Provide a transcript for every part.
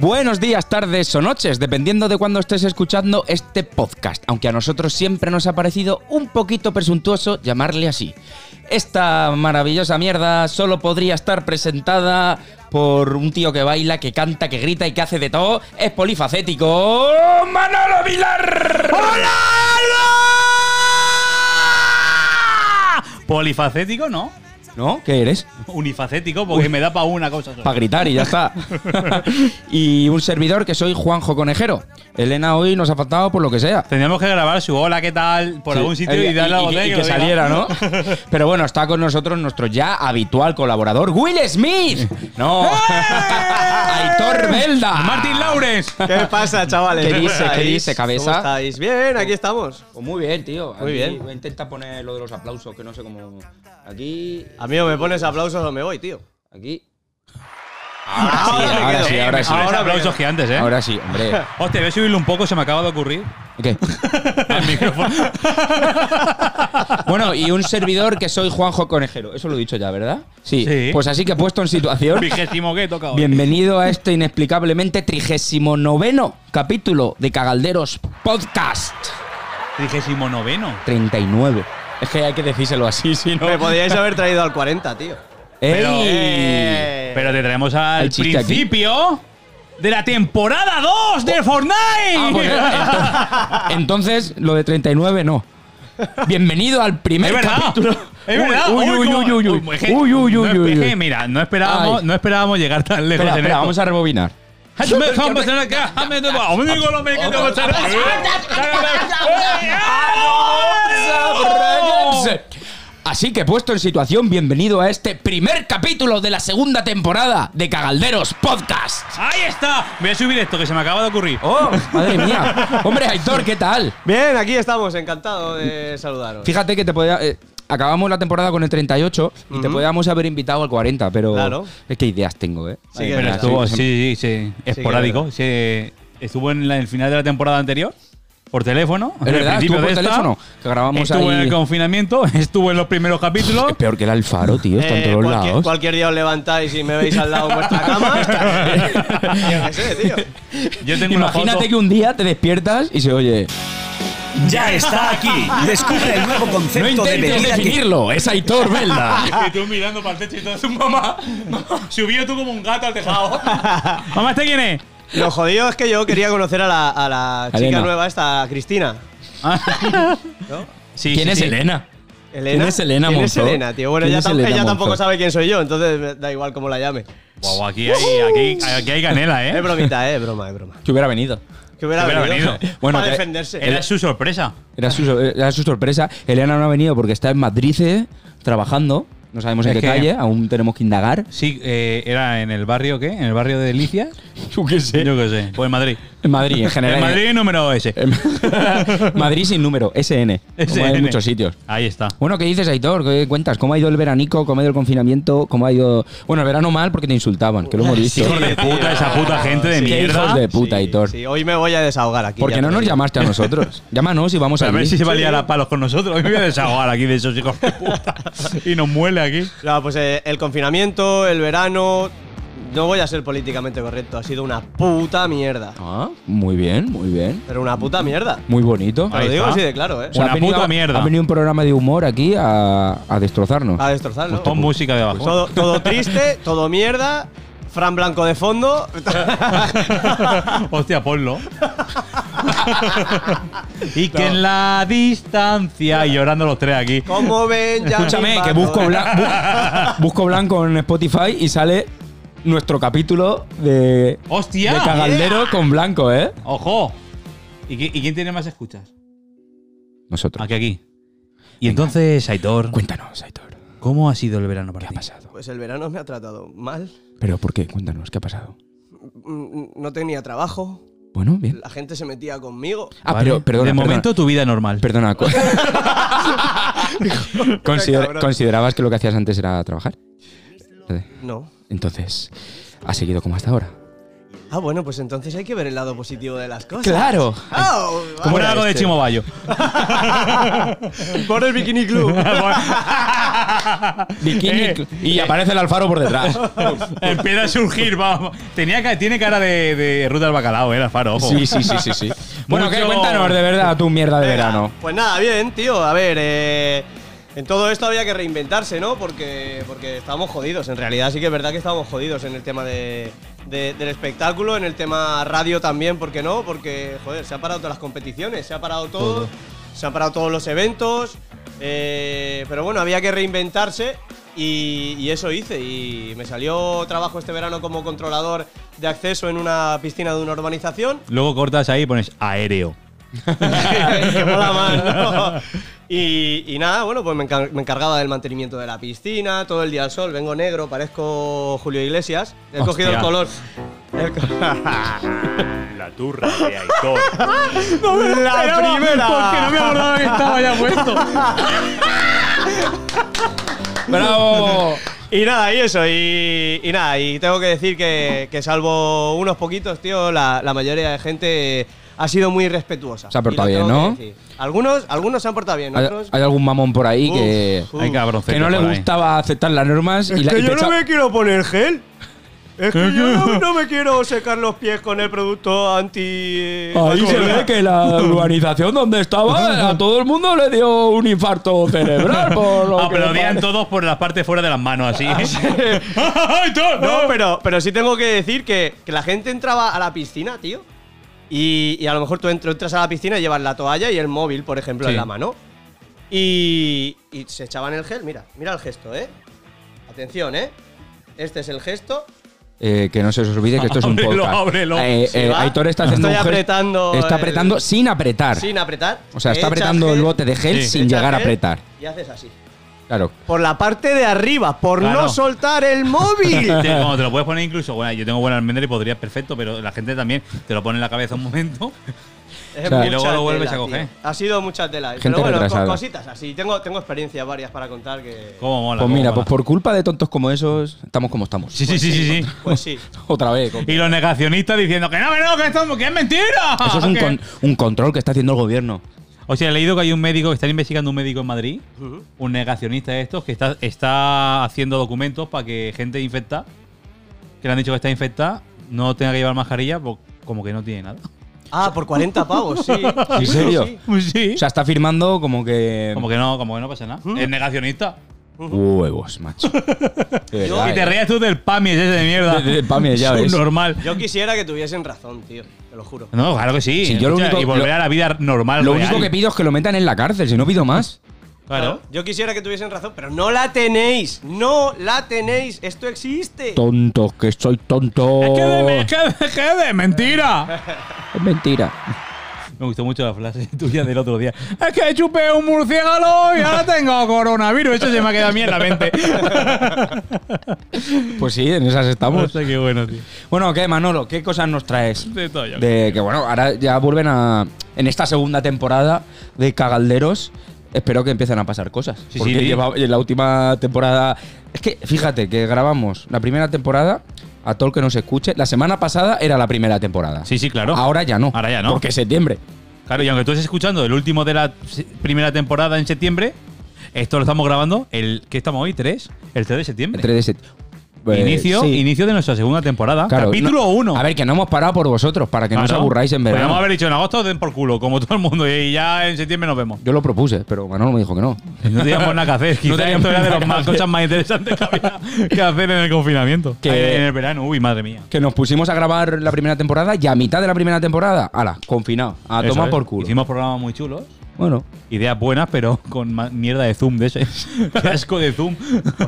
Buenos días, tardes o noches, dependiendo de cuándo estés escuchando este podcast, aunque a nosotros siempre nos ha parecido un poquito presuntuoso llamarle así. Esta maravillosa mierda solo podría estar presentada por un tío que baila, que canta, que grita y que hace de todo. Es polifacético. ¡Manolo Vilar! ¡Hola! Alba! Polifacético, ¿no? ¿No? ¿Qué eres? Unifacético, porque me da para una cosa. solo. Para gritar y ya está. y un servidor que soy Juanjo Conejero. Elena hoy nos ha faltado por lo que sea. Tendríamos que grabar su hola, ¿qué tal? Por Sí. algún sitio y darle a la botella. y que lo diga. saliera, ¿no? Pero bueno, está con nosotros nuestro ya habitual colaborador, Will Smith. No. Aitor Belda. Martin Lawrence. ¿Qué pasa, chavales? ¿Qué ¿Cómo dice, qué estáis? dice, cabeza? ¿Cómo estáis? Bien, aquí estamos. Pues muy bien, tío. Muy Aquí bien. Voy a intentar poner lo de los aplausos, que no sé cómo. Aquí. Amigo, me pones aplausos o me voy, tío. Aquí. Ahora me ahora quedo. sí, ahora sí. Ahora Ahora me aplausos quedo. gigantes, ¿eh? Ahora sí, hombre. Hostia, voy a subirlo un poco, se me acaba de ocurrir. ¿Qué? El micrófono. Bueno, y un servidor que soy Juanjo Conejero. Eso lo he dicho ya, ¿verdad? Sí. Sí. Pues así que puesto en situación. Vigésimo que he tocado. Bienvenido a este inexplicablemente 39 capítulo de Cagalderos Podcast. Trigésimo noveno. 39. Es que hay que decírselo así, si no. Me podíais haber traído al 40, tío. Pero- ¡Ey! Eh, Pero te traemos al Hay chiste aquí. principio de la temporada 2 de Fortnite. Ah, pues, ento- entonces, lo de 39 no. Bienvenido al Es primer verdad. capítulo. Es verdad. Uy, uy, cómo- uy, uy, uy. es que- Uy, uy, no uy, es- uy, es que, uy. mira, no esperábamos, Ay. no esperábamos llegar tan lejos. Espera, en espera, esto. vamos a rebobinar. Ah, Así que puesto en situación, bienvenido a este primer capítulo de la segunda temporada de Cagalderos Podcast. Ahí está. Voy a subir esto que se me acaba de ocurrir. ¡Oh! ¡Madre mía! Hombre, Aitor, ¿qué tal? Bien, aquí estamos, encantado de saludaros. Fíjate que te podía. eh, acabamos la temporada con el 38 y te podíamos haber invitado al 40, pero. Claro. Es que ideas tengo, ¿eh? Sí, que Pero verdad. estuvo, sí, sí, sí, esporádico. verdad. Sí, estuvo en la- el final de la temporada anterior, por teléfono. en Es el verdad, estuvo principio por de esta, teléfono. Que grabamos estuvo en ahí. el confinamiento, estuvo en los primeros capítulos. Es peor que el Alfaro, tío. Está en Eh, todos cualquier, lados. cualquier día os levantáis y me veis al lado en vuestra cama. Yo qué sé, tío. Yo tengo una Imagínate foto- que un día te despiertas y se oye. Ya está aquí. Descubre el nuevo No concepto de intentes bebida que definirlo, es Aitor Velda. Y tú mirando para el techo y todo eso, mamá, mamá, subió tú como un gato al tejado. mamá, ¿este quién es? Lo jodido es que yo quería conocer a la, a la chica Elena. nueva, esta Cristina. ¿No? Ah, Sí, ¿Quién sí, es sí. Elena? ¿Elena? ¿Quién es Elena ¿Quién es Monzó? Elena, tío? Bueno, ¿Quién ella, es tam- Elena ella Monzó? tampoco sabe quién soy yo, entonces me da igual cómo la llame. Guau, aquí hay, aquí, aquí hay canela, Es ¿eh? bromita, eh, es broma, es broma. Que hubiera venido. Que hubiera, Que hubiera venido. venido. Bueno, para que- defenderse. Era su sorpresa. Era su, era su sorpresa. Elena no ha venido porque está en Madrid eh, trabajando. No sabemos en Es qué que- calle, aún tenemos que indagar. Sí, eh, era en el barrio, ¿qué? ¿En el barrio de Delicias? Yo qué sé. Yo qué sé. Pues en Madrid. En Madrid, en general. En Madrid número S. En- Madrid sin número, SN. Como hay SN. en muchos sitios. Pues Ahí está. Bueno, ¿qué dices, Aitor? ¿Qué cuentas? ¿Cómo ha ido el veranico? ¿Cómo ha ido el confinamiento? ¿Cómo ha ido.? Bueno, el verano mal porque te insultaban, que lo hemos visto. Hijo de tío. puta, esa puta gente de Sí, Qué hijos mierda. de puta, Sí, Aitor. sí, hoy me voy a desahogar aquí. ¿Por ya qué no te nos digo. llamaste a nosotros? Llámanos y vamos a A ver abrir. si se valía a palos con nosotros. Hoy me voy a desahogar aquí de esos hijos de puta. Y nos muele aquí. No, pues eh, el confinamiento, el verano. No voy a ser políticamente correcto, ha sido una puta mierda. Ah, muy bien, muy bien. Pero una puta mierda. Muy bonito. Te Ahí lo digo está. así de claro, eh. O sea, Una ha venido- puta mierda. Ha venido un programa de humor aquí a, a destrozarnos. A destrozarlo. Pon música debajo. Todo, todo triste, todo mierda. Fran Blanco de fondo. Hostia, ponlo. y que en la distancia. Y llorando los tres aquí. ¿Cómo ven? ya eh? Escúchame, mi que mano? busco, blan- bu- busco blanco en Spotify y sale nuestro capítulo de, ¡Hostia! de Cagaldero con blanco, ¿eh? ¡Ojo! ¿Y, qui- y quién tiene más escuchas? Nosotros. Aquí, aquí. Y entonces, Aitor, Cuéntanos, Aitor. ¿cómo ha sido el verano para ¿Qué ha ti? pasado? Pues el verano me ha tratado mal. ¿Pero por qué? Cuéntanos, ¿qué ha pasado? Mm, No tenía trabajo. Bueno, bien. La gente se metía conmigo. Ah, Vale. pero, perdona, de perdona, momento, tu vida normal. Perdona. co- Consider- cabrón. ¿Considerabas que lo que hacías antes era trabajar? No. Entonces, ¿has seguido como hasta ahora? Ah, bueno, pues entonces hay que ver el lado positivo de las cosas. ¡Claro! Oh, Como vale. era algo de este- Chimo Bayo. Por el Bikini Club. Bikini Eh, cl- y aparece el Alfaro por detrás. Empieza a surgir, vamos. Tenía ca- tiene cara de, de Ruta al Bacalao, eh, Alfaro, ojo. Sí, sí, sí, sí. sí. Bueno, Mucho- ¿qué? Cuéntanos de verdad tu mierda de verano. Pues nada, bien, tío. A ver, eh, en todo esto había que reinventarse, ¿no? Porque, porque estábamos jodidos. En realidad sí que es verdad que estábamos jodidos en el tema de- de- del espectáculo, en el tema radio también, ¿por qué no? Porque, joder, se han parado todas las competiciones, se ha parado todo, se han parado todos los eventos. eh, pero bueno, había que reinventarse y, y eso hice. Y me salió trabajo este verano como controlador de acceso en una piscina de una urbanización. Luego cortas ahí y pones aéreo. que mola más, ¿no? Y, y nada, bueno, pues me, encar- me encargaba del mantenimiento de la piscina, todo el día al sol, vengo negro, parezco Julio Iglesias. He cogido el Hostia. color. el co- La turra de Aitor. la primera. Porque no me acordaba que estaba ya puesto. ¡Bravo! Y nada, y eso, y, y nada, y tengo que decir que, que salvo unos poquitos, tío, la, la mayoría de gente ha sido muy respetuosa. Se ha portado Y lo bien, tengo ¿no? que decir. Algunos, algunos se han portado bien, ¿Hay, otros. hay algún mamón por ahí que, Uf, uf. Hay cabroncete que no le por ahí. gustaba aceptar las normas y, la, y te echa- quiero poner gel. Es que yo no, no me quiero secar los pies con el producto anti. eh, Ahí se ve que la urbanización donde estaba a todo el mundo le dio un infarto cerebral. Por lo que Ah, Aplaudían pare- todos por las partes fuera de las manos, así. Aitor, No, pero, pero sí tengo que decir que, que la gente entraba a la piscina, tío. Y, y a lo mejor tú entr- entras a la piscina y llevas la toalla y el móvil, por ejemplo, Sí. en la mano. Y, y se echaban el gel. Mira, mira el gesto, ¿eh? Atención, ¿eh? Este es el gesto. Eh, que no se os olvide que esto es un Ábrelo, podcast. ábrelo. Eh, Sí, eh, va. Aitor está haciendo un Estoy gesto- apretando Está el- apretando sin apretar. Sin apretar. o sea, está Echas apretando el gel, bote de gel Sí. sin echas llegar a gel apretar. Y haces así. Claro. Por la parte de arriba, por Claro. no soltar el móvil. Te- como te lo puedes poner incluso, bueno, yo tengo buena almendra y podría perfecto, pero la gente también te lo pone en la cabeza un momento. Es O sea, mucha y luego lo vuelves tela, a coger. tío. Ha sido mucha tela. Gente Pero bueno, co- retrasada. cositas así. Tengo, tengo experiencias varias para contar que. ¿Cómo mola? Pues cómo mira, mola. pues por culpa de tontos como esos, estamos como estamos. Sí, sí, sí, sí, sí. Pues sí. Otra vez. compa. Y los negacionistas diciendo que no, que no, que, esto, que es mentira. Eso es un, que- con- un control que está haciendo el gobierno. O sea, he leído que hay un médico que están investigando un médico en Madrid, un negacionista de estos, que está, está haciendo documentos para que gente infectada, que le han dicho que está infectada, no tenga que llevar mascarilla, pues, como que no tiene nada. Ah, por 40 pavos, sí. ¿En serio? Sí. Sí. O sea, está firmando como que. como que no, como que no pasa nada. Es negacionista. Huevos, macho. De verdad, Y te eh. rías tú del PAMI ese de mierda. De- del PAMI, ya ves. normal. Yo quisiera que tuviesen razón, tío. Te lo juro. No, claro que sí. Sí, yo lo Escucha, único- y volver lo- a la vida normal. Lo real. único que pido es que lo metan en la cárcel, si no pido más. Claro. Yo quisiera que tuviesen razón, pero no la tenéis. No la tenéis. Esto existe. Tontos, que soy tonto. Es que de, es que de- es que de mentira. Es mentira. Me gustó mucho la frase tuya del otro día. Es que chupé un murciélago y ahora tengo coronavirus. Eso se me ha quedado a mí en la mente. Pues sí, en esas estamos. Hostia, qué bueno, tío. Bueno, ¿qué, Manolo? ¿Qué cosas nos traes? De todo, yo De que, bueno, ahora ya vuelven a. En esta segunda temporada de Cagalderos, espero que empiecen a pasar cosas. Sí, porque sí. lleva- en la última temporada. Es que, fíjate, que grabamos la primera temporada. A todo el que nos escuche. La semana pasada era la primera temporada. Sí, sí, claro. Ahora ya no. Ahora ya no. Porque es septiembre. Claro, y aunque tú estés escuchando el último de la se- primera temporada en septiembre, esto lo estamos grabando el. ¿Qué estamos hoy? ¿3? El 3 de El septiembre. 3 de septiembre. Eh, inicio, sí. inicio de nuestra segunda temporada. Claro, capítulo no- 1. A ver, que no hemos parado por vosotros, para que no os Claro. Pues aburráis en verano. Podríamos haber dicho en agosto den por culo, como todo el mundo, y ya en septiembre nos vemos. Yo lo propuse, pero Manolo me dijo que no. No teníamos nada que hacer. Quizás teníamos esto era de nada las que más- hacer. cosas más interesantes que había que hacer en el confinamiento. Que- Ay, en el verano, uy, madre mía. Que nos pusimos a grabar la primera temporada y a mitad de la primera temporada, ala, confinado, a Eso tomar es. por culo. Hicimos programas muy chulos. Bueno, Ideas buenas, pero con ma- mierda de Zoom de ese. Qué asco de Zoom.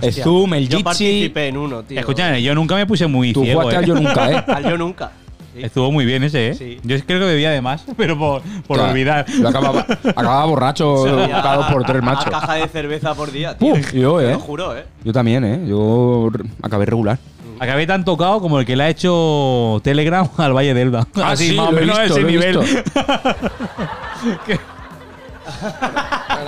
el Hostia, Zoom, el Yo Jitsi, participé en uno, tío. Escucha, yo nunca me puse muy tú ciego. jugaste eh. al yo nunca, ¿eh? Al yo nunca. Sí. Estuvo muy bien ese, ¿eh? Sí. Yo creo que bebía de más, pero por, por Ya, olvidar. Lo acababa, acababa borracho cada dos por tres, macho. A caja de cerveza por día, tío. Puf, yo, Te ¿eh? lo juro, ¿eh? Yo también, ¿eh? Yo r- acabé regular. Acabé tan tocado como el que le ha hecho Telegram al Valle de Elda. Ah, sí, lo he visto, lo he visto.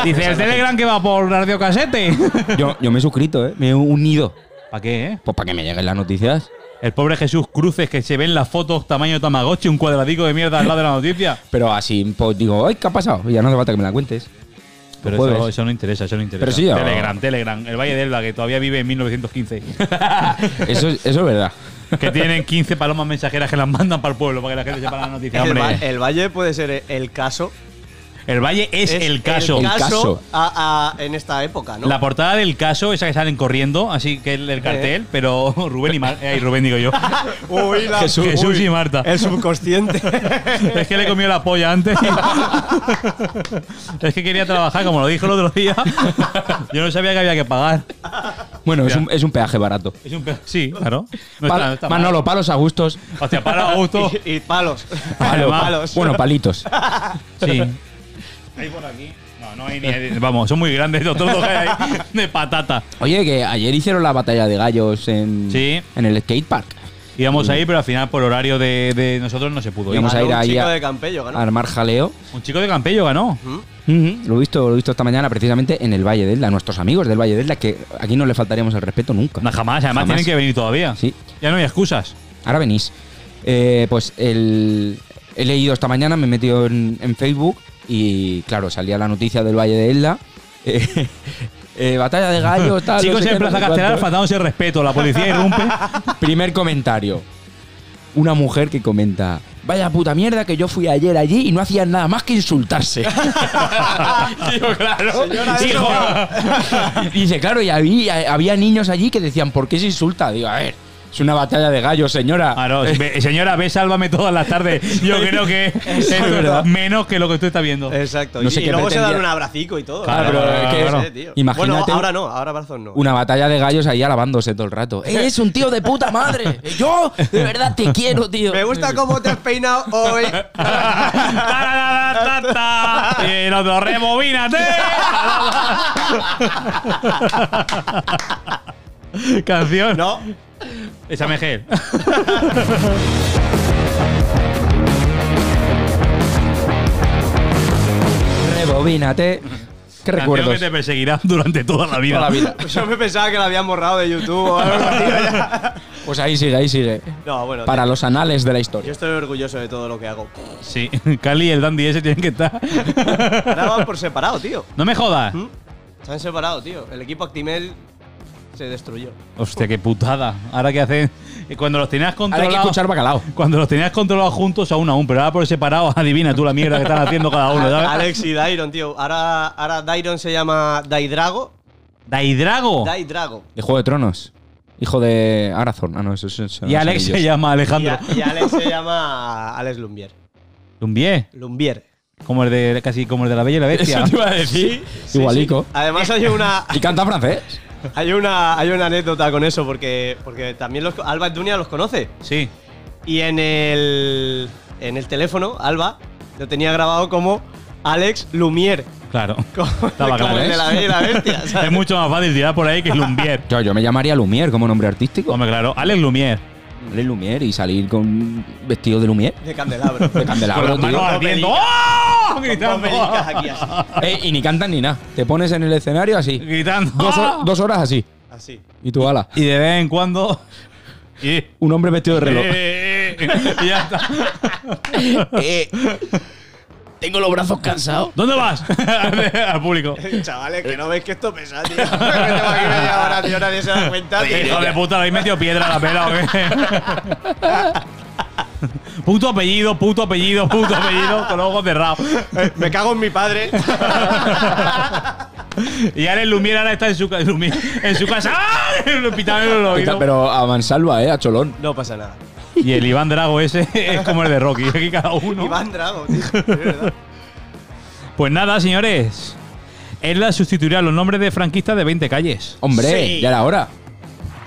Dice el Telegram que va por Radio Casete. Yo, yo me he suscrito, ¿eh? Me he unido. ¿Para qué, eh? Pues para que me lleguen las noticias. El pobre Jesús Cruces que se ve en las fotos tamaño Tamagotchi, un cuadradico de mierda al lado de la noticia. Pero así, pues digo, ay, ¿qué ha pasado? Y Ya no hace falta que me la cuentes. Pero Jueves. eso, eso no interesa, eso no interesa. Pero sí, ya. Telegram, Telegram. El Valle de Elba, que todavía vive en 1915. Eso, es- eso es verdad. que tienen 15 palomas mensajeras que las mandan para el pueblo para que la gente sepa la noticia. el, va- Hombre, el Valle puede ser el caso. el Valle es, el caso. El El caso, caso. a- a- en esta época, ¿no? La portada del caso, esa que salen corriendo, así que el, el cartel, pero Rubén y Marta. Rubén digo yo. Uy, la- Jesús, Ah, uy, Eh. Jesús y Marta. El subconsciente. Es que le comió la polla antes. es que quería trabajar, como lo dijo el otro día. Yo no sabía que había que pagar. Bueno, es un, es un peaje barato. Es un pe- Sí, claro. No Pal- está- no está mal. Manolo, palos a gustos. Hostia, para auto. y, y palos. Palo, palos. Bueno, palitos. Sí. Hay por aquí. No, no hay ni. Vamos, son muy grandes los trozos que hay ahí de patata. Oye, que ayer hicieron la batalla de gallos en, Sí. en el skatepark. Íbamos ahí, pero al final por horario de, de nosotros no se pudo. ir. Íbamos pues a Ganó ir un ahí chico a- Ah, de Campello, ganó. A armar jaleo. Un chico de Campello ganó. Ujú, Lo he visto, lo he visto esta mañana precisamente en el Valle de Elda, nuestros amigos del Valle de Elda, que aquí no le faltaríamos el respeto nunca. No, jamás, además tienen que venir todavía. Sí. Ya no hay excusas. Ahora venís. Eh, pues el, he leído esta mañana, me he metido en, en Facebook y claro, salía la noticia del Valle de Elda. Eh, eh, batalla de gallos, tal. no Chicos sé qué, en no Plaza sé cuánto. Castelar faltándose el respeto. La policía irrumpe. Primer comentario. Una mujer que comenta, vaya puta mierda que yo fui ayer allí y no hacían nada más que insultarse. Digo, claro. Señora, Hijo. Y dice, claro, y había, había niños allí que decían, ¿por qué se insulta? Digo, a ver, es una batalla de gallos, señora. Ah, no, ve- señora, ve, sálvame todas las tardes. Yo creo que es verdad. menos que lo que tú estás viendo. Exacto. No y, sé y qué luego se pretendía. dan un abracico y todo. Claro, Claro, pero es que- No sé, tío. imagínate- Bueno, ahora no, ahora abrazos no. Una batalla de gallos ahí alabándose todo el rato. Eres un tío de puta madre. Yo de verdad te quiero, tío. Me gusta cómo te has peinado hoy. Ta-ra-ra-ra-ta-ta. Y nosotros rebobínate. Canción. no. Esa MG. Rebobínate. ¿Qué Canción que recuerdos? te perseguirá durante toda la vida. Yo me pensaba que la habían borrado de YouTube o algo así. Pues ahí sigue, ahí sigue. No, bueno. Para los anales de la Yo historia. estoy orgulloso de todo lo que hago. Sí, Cali y el Dandy ese tienen que estar. Ahora van por separado, tío. No me jodas. ¿Mm? Se han separado, tío. El equipo Actimel se destruyó. Hostia, qué putada. Ahora que hacen. Cuando los tenías Ahora hay que controlados. escuchar bacalao. Cuando los tenías controlados juntos, aún aún, pero ahora por separado, adivina tú la mierda que están haciendo cada uno, ¿sabes? Alex y Dairon, tío. Ahora, ahora Dairon se llama Daidrago. Daidrago. Daidrago. De Juego de Tronos. Hijo de Arathorn. Ah, no, eso, eso- eso no y son Alex se ellos. llama Y, Alejandro. a- y Alex se llama Alex Lumbier. Lumbier. Lumbier. Como el de casi como el de la Bella y la Bestia. iba a decir. Igualico. Además hay una, Y canta francés. hay una, hay una anécdota con eso porque, porque también los, Alba Dunia los conoce. Sí. Y en el, en el teléfono, Alba lo tenía grabado como Alex Lumier. Claro. Como, Estaba como claro, el de ¿eh? la Bella y la Bestia. ¿sabes? Es mucho más fácil tirar por ahí que Lumbier. Yo, yo me llamaría Lumière como nombre artístico. Hombre, claro. Alex Lumier. Hombre, Lumière y salir con vestido de Lumière. De candelabro. De Con candelabro, las manos tío. ardiendo. pelicas. ¡Oh! Dos Gritando. pelicas aquí así. Eh, y ni cantan ni nada. Te pones en el escenario así. Gritando. Dos, ho- dos horas así. Así. Y tú, ala. Y de vez en cuando. Y, Un hombre vestido de reloj. y ya está. Eh, tengo los brazos cansados. ¿Dónde vas? Al público. Chavales, que no ves que esto pesa, tío. que te imaginas ya ahora, tío, nadie se da cuenta, tío. Hijo de puta, le habéis metido piedra a la pela o qué? puto apellido, puto apellido, puto apellido, con los ojos cerrados. Eh, Me cago en mi padre. Y ahora el Lumier ahora está en su, ca- Lumier, en su casa. ¡Ah! Lo pitaba en el oído. Pero a mansalva, eh, a cholón. No pasa nada. Y el Iván Drago ese es como el de Rocky. Aquí cada uno. Iván Drago, tío. de verdad. Pues nada, señores. Elda sustituirá los nombres de franquistas de 20 calles. Hombre, Sí. ya era hora.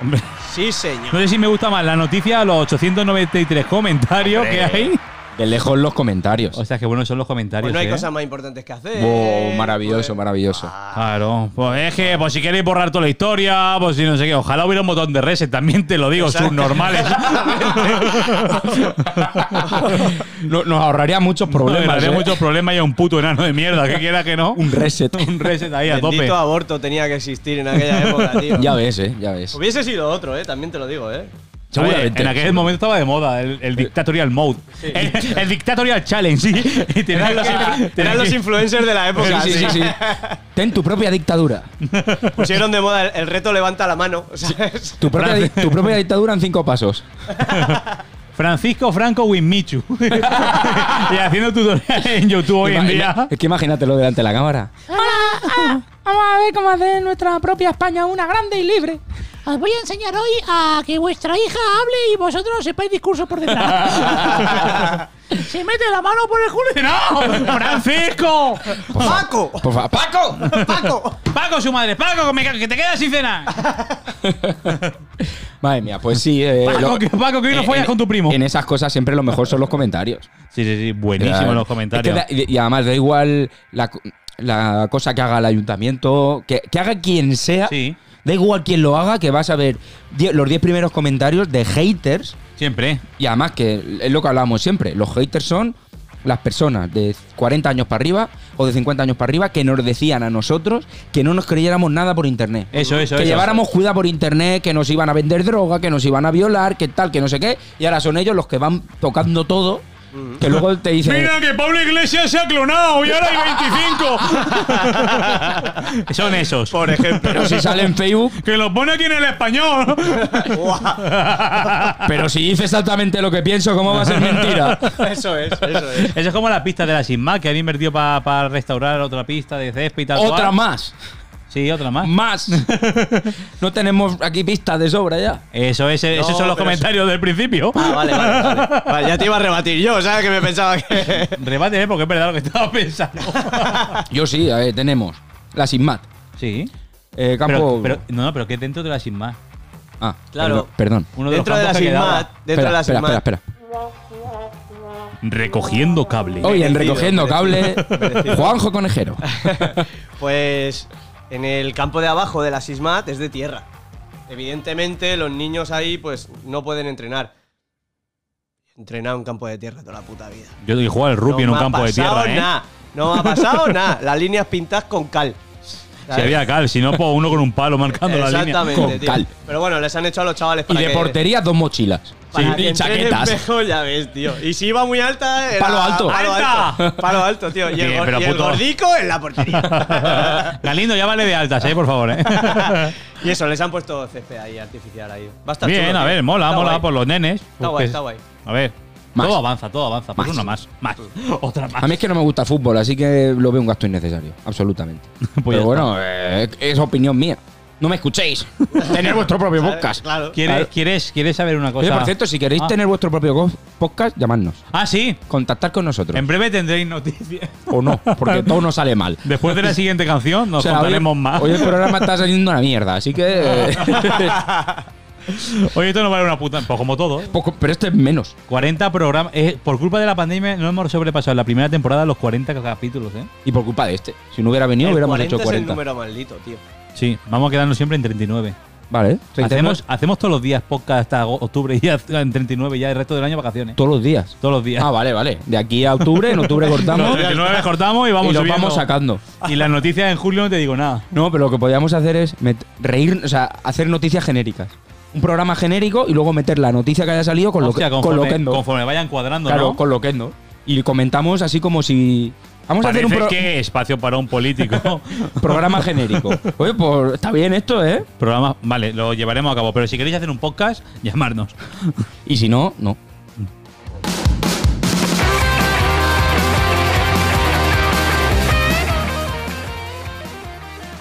Hombre, Sí, señor. No sé si me gusta más la noticia a los 893 comentarios que hay. De lejos los comentarios. O sea, que buenos son los comentarios. Pues no hay ¿eh? cosas más importantes que hacer. Wow, maravilloso, pues- maravilloso. Claro, pues es que pues si queréis borrar toda la historia, pues si no sé qué, ojalá hubiera un botón de reset, también te lo digo, Exacto. subnormales. No- nos ahorraría muchos Problemas, problemas. habría ¿eh? muchos problemas y a un puto enano de mierda, que quiera que no. Un reset. Un reset ahí a Bendito tope. aborto tenía que existir en aquella época, tío. ya ves, eh, ya ves. Hubiese sido otro, eh, también te lo digo, eh. ¿Sabes? Seguramente. En aquel momento estaba de moda el, el Dictatorial Mode. El, el Dictatorial Challenge, sí. Y tenías Eran los, eran los influencers de la época. Ah, Sí, sí, sí. sí, sí. Ten tu propia dictadura. Pusieron de moda el, el reto levanta la mano, ¿sabes? Tu propia, di- tu propia dictadura en cinco pasos. Francisco Franco Winmichu. y haciendo tutoriales en YouTube hoy en Ima- día. ima- Es que imagínatelo delante de la cámara. Ah, Vamos a ver cómo hacer nuestra propia España una grande y libre. Os voy a enseñar hoy a que vuestra hija hable y vosotros sepáis discurso por detrás. Se mete la mano por el culo y ¡No! ¡Francisco! Por fa- ¡Paco! por fa- ¡Paco! ¡Paco! ¡Paco, su madre! ¡Paco, que, me ca- que te quedas sin cena! Madre mía, pues sí. eh, Paco, lo- que- Paco, que hoy no en- follas en- con tu primo. En esas cosas siempre lo mejor son los comentarios. Sí, sí, sí. Buenísimo Claro. los comentarios. Es que da- y, y además da igual la, co- la cosa que haga el ayuntamiento, que, que haga quien sea. Sí. Da igual quien lo haga, que vas a ver die- los 10 primeros comentarios de haters. Siempre. Y además que es lo que hablábamos siempre, los haters son las personas de 40 años para arriba o de 50 años para arriba que nos decían a nosotros que no nos creyéramos nada por internet. Eso, eso, que eso. lleváramos cuida por internet, que nos iban a vender droga, que nos iban a violar, que tal, que no sé qué. Y ahora son ellos los que van tocando todo, que luego te dicen... Mira que Pablo Iglesias se ha clonado y ahora hay 25. Son esos. Por ejemplo. Pero si sale en Facebook, Que los pone aquí en el español. Guau, pero si dice exactamente lo que pienso, ¿cómo va a ser mentira? Eso es, eso es. Eso es como la pista de la Sisma que han invertido para restaurar otra pista de césped y tal. Otra cual. más, Sí, otra más. más. No tenemos aquí pistas de sobra ya. Eso es, esos No, son los pero comentarios del principio. Ah, vale, vale, vale. Vale, Ya te iba a rebatir yo, ¿sabes? Que me pensaba que. Rebate, ¿eh? porque es verdad lo que estaba pensando. Yo sí, a ver, tenemos la SISMAT. sí. Eh, campo. Pero, pero- no, no, pero que dentro de la Sisma. ah, Claro. Perdón. perdón. Uno de dentro los de la campos que quedaba. SIGMAT. Dentro de espera, la espera, SIGMAT. espera, espera. Recogiendo cable. Hoy en Merecido, recogiendo cable, merecido, merecido. Juanjo Conejero. Pues en el campo de abajo de la SISMAT es de tierra. Evidentemente, los niños ahí pues no pueden entrenar. Entrenar un campo de tierra toda la puta vida. Yo digo, jugar al rugby en No un me ha campo de pasado tierra, ¿eh? nada. No me ha pasado nada. Las líneas pintadas con cal. Si ¿Sabes? había cal, si no, pues uno con un palo marcando la línea. Exactamente, Con tío. cal. Pero bueno, les han hecho a los chavales Y para de que- portería, dos mochilas. para que y entrenen chaquetas. mejor, ya ves, tío. Y si iba muy alta, era Palo alto. Palo ¡Alta! alto, palo alto, tío. Y el, Bien, gor- pero y el puto. gordico en la portería. Galindo, ya vale de altas, ¿eh? Por favor, ¿eh? y eso, les han puesto césped ahí, artificial ahí. Va a estar Bien, chulo, a tío. ver, mola, Está mola guay. por los nenes. Pues, Está guay, está guay. A ver. Más. Todo avanza, todo avanza. Por Más. uno más. Más. Otra más. A mí es que no me gusta el fútbol, así que lo veo un gasto innecesario, absolutamente. Pues ya está. Pero bueno, eh, es opinión mía. No me escuchéis. Tener vuestro propio podcast. Claro. ¿Quieres, Claro. quieres, ¿Quieres saber una cosa? Oye, por cierto, si queréis Ah. tener vuestro propio go- podcast, llamadnos. Ah, sí. Contactar con nosotros. En breve tendréis noticias. O no, porque todo no sale mal. Después de la siguiente canción nos O sea, hoy- contaremos más. Hoy el Oye, programa está saliendo una mierda, así que. esto no vale una puta. Pues como todo. poco- pero este es menos. 40 programas. eh, por culpa de la pandemia no hemos sobrepasado en la primera temporada los 40 capítulos, ¿eh? Y por culpa de este. Si no hubiera venido, El hubiéramos 40 hecho es el 40. número maldito, tío. Sí. Vamos a quedarnos siempre en 39. Vale. 39 Hacemos, hacemos todos los días podcast hasta ago- octubre y ya en 39 ya el resto del año vacaciones. todos los días. Todos los días. Ah, vale, vale. De aquí a octubre, en octubre Los cortamos 39 cortamos y vamos y los subiendo. vamos sacando. Y las noticias en julio no te digo nada. No, pero lo que podíamos hacer es met- reír, o sea, hacer noticias genéricas. Un programa genérico y luego meter la noticia que haya salido con, Hostia, lo, que- con lo conforme, que endo. conforme vayan cuadrando, Claro, ¿no? con lo que endo. Y comentamos así como si. Vamos a hacer un Parece pro- que espacio para un político. programa genérico. Oye, pues está bien esto, ¿eh? Programa, vale, lo llevaremos a cabo. Pero si queréis hacer un podcast, llamarnos. Y si no, no.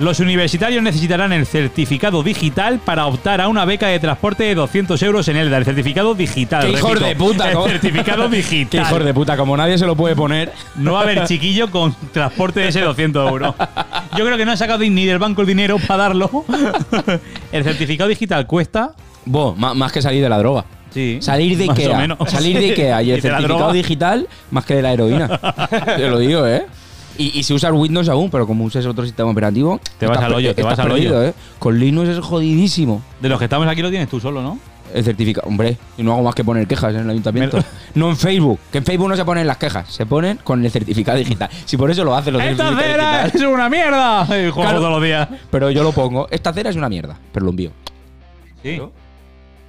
Los universitarios necesitarán el certificado digital para optar a una beca de transporte de 200 euros en Elda. El certificado digital. ¡Qué hijos repito. de puta, El ¿no? certificado Qué digital. hijos de puta, como nadie se lo puede poner. No va a haber chiquillo con transporte de ese 200 euros. Yo creo que no ha sacado ni del banco el dinero para darlo. El certificado digital cuesta Bo, ma- más que salir de la droga. Sí. Salir de más o Ikea. menos. Salir de Ikea y Y el de la certificado droga. digital más que de la heroína. Te lo digo, ¿eh? Y, y si usas Windows aún, pero como usas otro sistema operativo. Te vas estás al hoyo, per- te vas estás al hoyo. perdido, ¿eh? Con Linux es jodidísimo. De los que estamos aquí lo tienes tú solo, ¿no? El certificado. Hombre, y no hago más que poner quejas en el ayuntamiento. Me- No en Facebook. Que en Facebook no se ponen las quejas. Se ponen con el certificado digital. Si por eso lo hacen los ¡Esta certificados cera digitales. es una mierda! Y juego Claro. todos los días. Pero yo lo pongo. Esta cera es una mierda. Pero lo envío. Sí.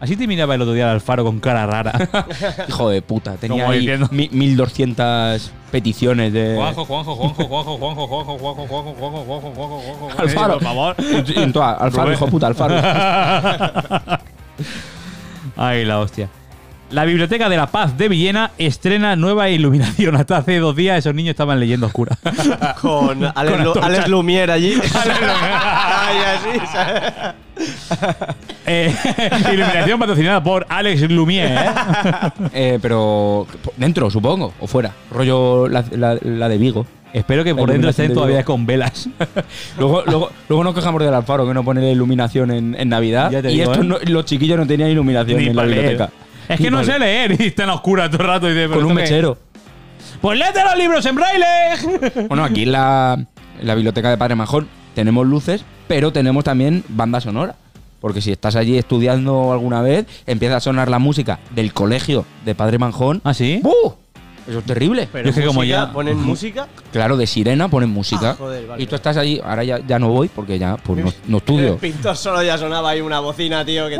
Así te miraba el otro día al Alfaro con cara rara. Hijo de puta. Tenía Como ahí diciendo. mi- 1200 peticiones de. Juanjo, Juanjo, Juanjo, Juanjo, Juanjo, Juanjo, Juanjo, Juanjo, Juanjo, Juanjo, Juanjo. Alfaro. Por favor. Y- y en todas, Alfaro, Rubén. hijo de puta, Alfaro. Ay, la hostia. La Biblioteca de la Paz de Villena estrena nueva iluminación. Hasta hace dos días esos niños estaban leyendo oscura. Con Alex, Lu- antorcha. Alex Lumière allí. Ay, así, ¿sabes? Eh, iluminación patrocinada por Alex Lumière. ¿eh? Eh, pero dentro, supongo, o fuera. Rollo la, la- la de Vigo. Espero que La por dentro iluminación estén de todavía Vigo. con velas. Luego, luego, luego nos quejamos del Alfaro que no pone la iluminación en, en Navidad. Ya te y digo, estos ¿eh? no- los chiquillos no tenían iluminación Ni en la para leer. biblioteca. Es Ni que no pa' sé leer. leer y está en la oscura todo el rato. Y dice, ¿pero Con un esto qué es? mechero. Pues léete los libros en braille. Bueno, aquí en la, en la biblioteca de Padre Majón tenemos luces, pero tenemos también banda sonora. Porque si estás allí estudiando alguna vez, empieza a sonar la música del colegio de Padre Manjón. ¿Ah, sí? ¡Buh! Eso es terrible. Yo es que como música, ya- ¿Ponen música? Claro, de sirena ponen música. Ah, joder, vale, y tú vale. estás allí, ahora ya, ya no voy porque ya pues, no, no estudio. El pintor solo ya sonaba ahí una bocina, tío, que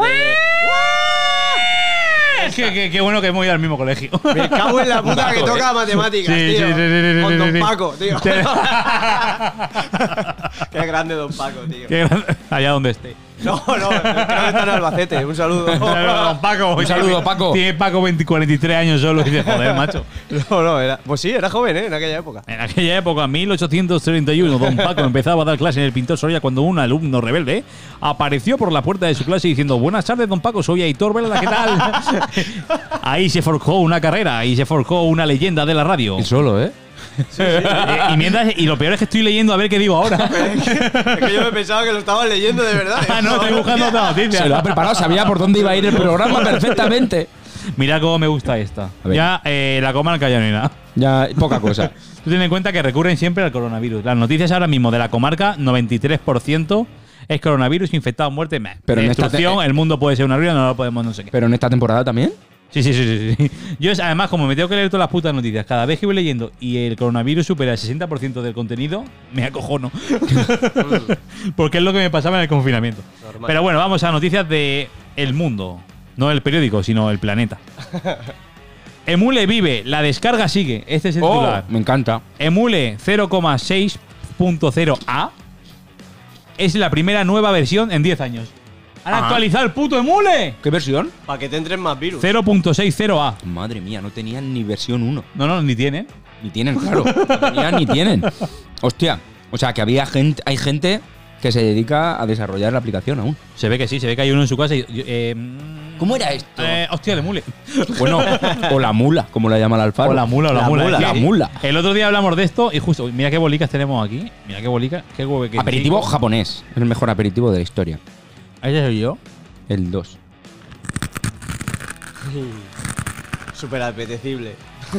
Es que, que- que bueno que hemos ido al mismo colegio. te... Me cago en la puta que toca matemáticas, eh. Sí, tío. sí, sí, sí, sí, Con sí, Don sí. Paco, tío. Te- Qué grande Don Paco, tío. Qué gran- Allá donde esté. No, no, creo que está en Albacete. Un saludo. Don Paco. Un saludo, Paco. Tiene Paco 20, 43 años solo. Y dice, joder, macho. No, no, era... Pues sí, era joven, ¿eh? En aquella época. En aquella época, 1831, don Paco empezaba a dar clase en el Pintor Soria cuando un alumno rebelde apareció por la puerta de su clase diciendo Buenas tardes, don Paco, soy Aitor Vela, ¿qué tal? Ahí se forjó una carrera, ahí se forjó una leyenda de la radio. Eh, Y solo, ¿eh? Y, y mientras- y lo peor es que estoy leyendo a ver qué digo ahora. Es que yo me pensaba que lo estaban leyendo de verdad. ¿eh? ah, no, estoy buscando otra noticia. Se lo ha preparado, sabía por dónde iba a ir el programa perfectamente. Mira cómo me gusta esta. A ver. Ya eh, la comarca ya no hay nada. Ya, poca cosa. Tú ten en cuenta que recurren siempre al coronavirus. Las noticias ahora mismo de la comarca, 93% es coronavirus, infectado, muerte, meh. Pero en esta Destrucción, te- el mundo puede ser una ruina, no lo podemos, no sé qué. Pero en esta temporada también. Sí, sí, sí, sí, sí. Yo, es- además, como me tengo que leer todas las putas noticias, cada vez que voy leyendo y el coronavirus supera el 60% del contenido, me acojono. Porque es lo que me pasaba en el confinamiento. Normal. Pero bueno, vamos a noticias de El Mundo. No el periódico, sino el planeta. Emule vive, la descarga sigue. Este es Oh. el titular. me encanta. Emule 0,6.0a es la primera nueva versión en 10 años. ¡Han actualizado el puto Emule! ¿Qué versión? Para que te entren más virus. 0.60a. Madre mía, no tenían ni versión 1. No, no, ni tienen. Ni tienen, claro. No tenían ni tienen. Hostia. O sea, que había gente, hay gente que se dedica a desarrollar la aplicación aún. Se ve que sí, se ve que hay uno en su casa y. y- eh, mm, ¿Cómo era esto? eh, hostia, el Emule. Bueno, o la mula, como la llama el Alfaro. O la mula, o la, mula. La Sí. mula. El otro día hablamos de esto y justo, mira qué bolicas tenemos aquí. Mira qué bolicas, qué huevo que Aperitivo japonés. Es el mejor aperitivo de la historia. Ese soy yo. El 2. Súper apetecible.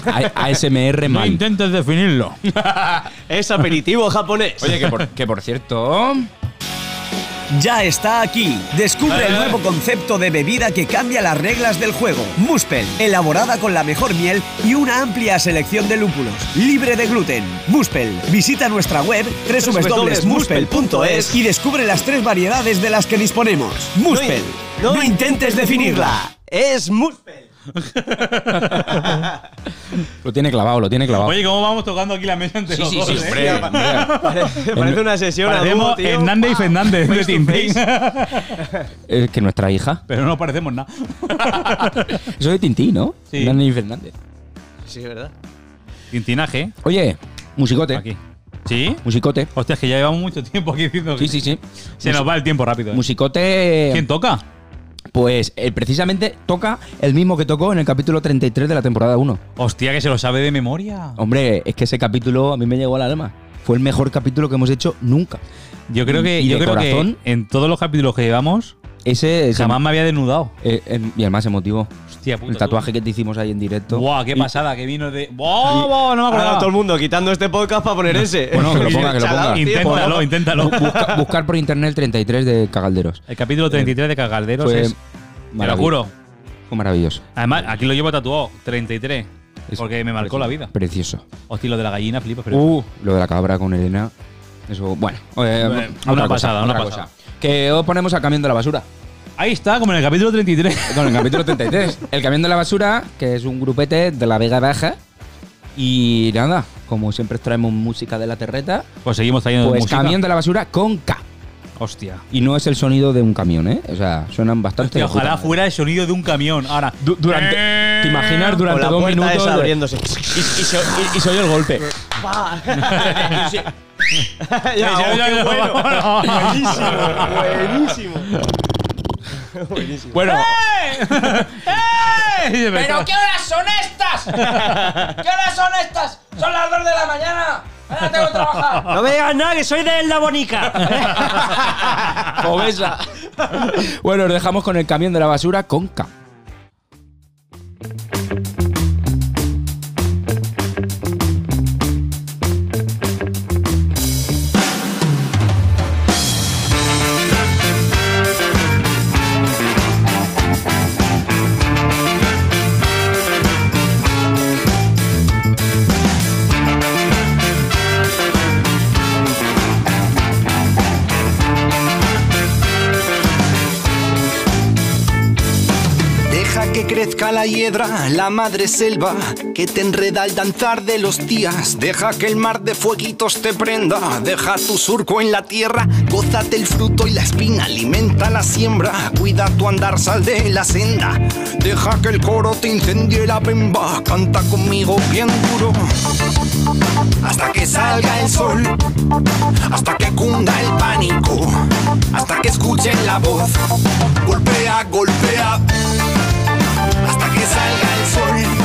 A- ASMR No mal. intentes definirlo. Es aperitivo japonés. Oye, que por, que por cierto. Ya está aquí. Descubre el nuevo concepto de bebida que cambia las reglas del juego. Muspel, elaborada con la mejor miel y una amplia selección de lúpulos, libre de gluten. Muspel, visita nuestra web www.muspel.es y descubre las tres variedades de las que disponemos. Muspel, No no, in- intentes definirla. es Muspel. Lo tiene clavado, lo tiene clavado. Oye, ¿cómo vamos tocando aquí la mesa entre los dos? eh? Parece, parece una sesión a dúo, Parecemos tío. Hernández y Fernández de to Tintín. Es que nuestra hija. Pero no parecemos nada. Eso de Tintín, ¿no? Sí. Dani Fernández. Sí, ¿verdad? Tintinaje. Oye, musicote. Aquí. ¿Sí? Musicote. Hostia, es que ya llevamos mucho tiempo aquí diciendo Sí, que sí, sí. se nos va el tiempo rápido. eh. Musicote. ¿Quién toca? Pues eh, precisamente toca el mismo que tocó en el capítulo 33 de la temporada 1. Hostia, que se lo sabe de memoria. Hombre, es que ese capítulo a mí me llegó al alma. Fue el mejor capítulo que hemos hecho nunca. Yo creo que, Y yo de creo corazón. que en todos los capítulos que llevamos, Ese es el- jamás me había desnudado. eh, el- eh, y el más emotivo. Hostia puta. El tatuaje que te hicimos ahí en directo. Buah, qué pasada, que vino de. ¡Buah, buah! No me Ahora acordaba. todo el mundo quitando este podcast para poner ese. Bueno, que lo ponga, que lo Chalao, ponga. tío. Inténtalo, inténtalo. Busca- buscar por internet el 33 de Cagalderos. El capítulo 33 de Cagalderos Fue es. Te lo maravilloso. juro. Fue maravilloso. Además, aquí lo llevo tatuado, 33. Es Porque me marcó la vida. Precioso. Hostia, lo de la gallina, flipas. Pero Uh, lo de la cabra con Elena. Eso, bueno. eh, Bueno, otra una cosa, pasada, una otra pasada. cosa. Que os ponemos al camión de la basura. Ahí está, como en el capítulo 33. Con el capítulo 33. El camión de la basura, que es un grupete de la Vega Baja. Y nada, como siempre os traemos música de la terreta, Pues seguimos trayendo pues música. camión de la basura con K. Hostia. Y no es el sonido de un camión, ¿eh? O sea, suenan bastante. Hostia, de puta ojalá madre. fuera el sonido de un camión. Ahora. Du- durante, Eh. ¿Te imaginas Con durante la dos puerta minutos? esa de- abriéndose. y, y se, y- y se oye el golpe. Ya, Ya, oh, ya, qué ya, bueno. vámonos. Buenísimo, buenísimo. buenísimo. Bueno, Pero ¿Qué horas son estas? ¿Qué horas son estas? Son las 2 de la mañana. Ahora tengo que trabajar. No me digas nada, que soy de la bonica. obesa. bueno, os dejamos con el camión de la basura con K. Deja que crezca la hiedra, la madre selva, que te enreda al danzar de los días. Deja que el mar de fueguitos te prenda, deja tu surco en la tierra, gózate el fruto y la espina, alimenta la siembra, cuida tu andar, sal de la senda. Deja que el coro te incendie la pemba, canta conmigo bien duro. Hasta que salga el sol, hasta que cunda el pánico, hasta que escuchen la voz. Golpea, golpea, hasta que salga el sol,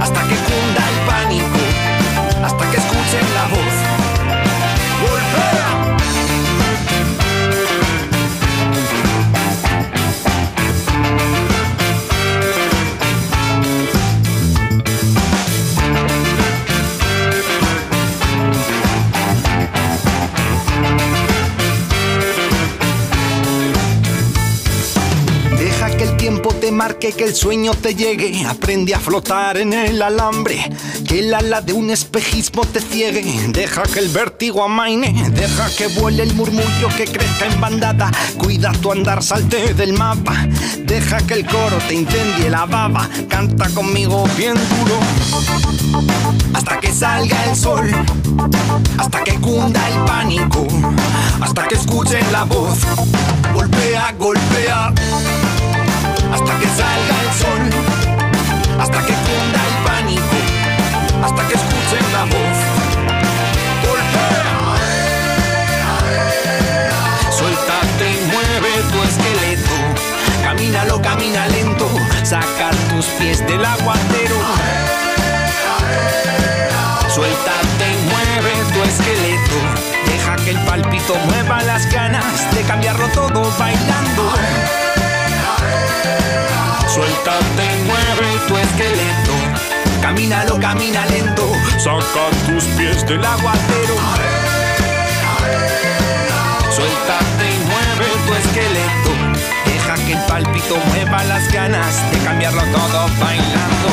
hasta que cunda el pánico, hasta que escuchen la voz. ¡Golpea! Deja que el tiempo te marque, que el sueño te llegue. Aprende a flotar en el alambre, que el ala de un espejismo te ciegue. Deja que el vértigo amaine, deja que vuele el murmullo que crezca en bandada. Cuida tu andar, salte del mapa. Deja que el coro te incendie la baba. Canta conmigo bien duro. Hasta que salga el sol, hasta que cunda el pánico, hasta que escuchen la voz. Golpea, golpea hasta que salga el sol, hasta que cunda el pánico, hasta que escuchen la voz. Golpea, suéltate y mueve tu esqueleto, camínalo, camina lento, saca tus pies del aguacero. Suéltate y mueve tu esqueleto, deja que el palpito mueva las ganas de cambiarlo todo bailando. Suéltate y mueve tu esqueleto. Camínalo, camina lento. Saca tus pies del aguacero. Suéltate y mueve tu esqueleto. Deja que el palpito mueva las ganas de cambiarlo todo bailando.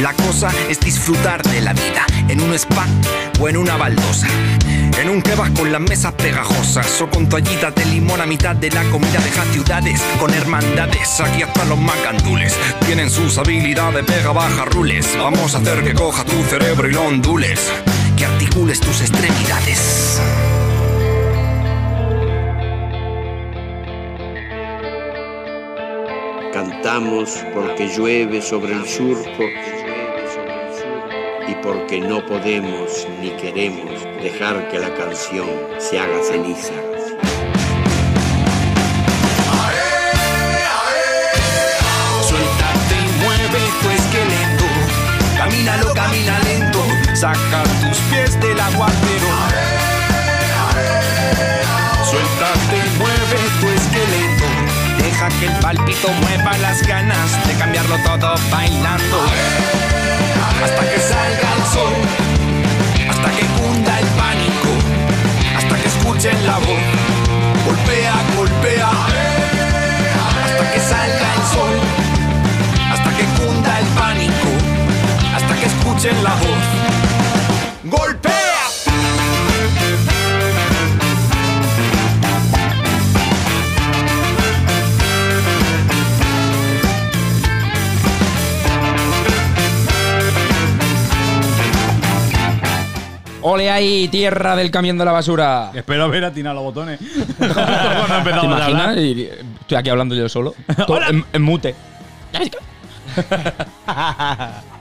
La cosa es disfrutar de la vida en un spa o en una baldosa. En un kebab con las mesas pegajosas o con toallitas de limón a mitad de la comida deja ciudades con hermandades. Aquí hasta los macandules tienen sus habilidades pega baja rules. Vamos a hacer que coja tu cerebro y lo ondules, que articules tus extremidades. Cantamos porque llueve sobre el surco y porque no podemos ni queremos dejar que la canción se haga ceniza. Saca tus pies del aguacero. Suéltate y mueve tu esqueleto. Deja que el palpito mueva las ganas de cambiarlo todo bailando. Hasta que salga el sol. Hasta que cunda el pánico. Hasta que escuchen la voz. Golpea, golpea. Hasta que salga el sol. Hasta que cunda el pánico. Hasta que escuchen la voz. ¡Golpea! ¡Ole ahí, tierra del camión de la basura! Espero haber atinado los botones. Cuando empezamos ¿Te a hablar. imaginas? Y- Estoy aquí hablando yo solo. Todo en, en mute.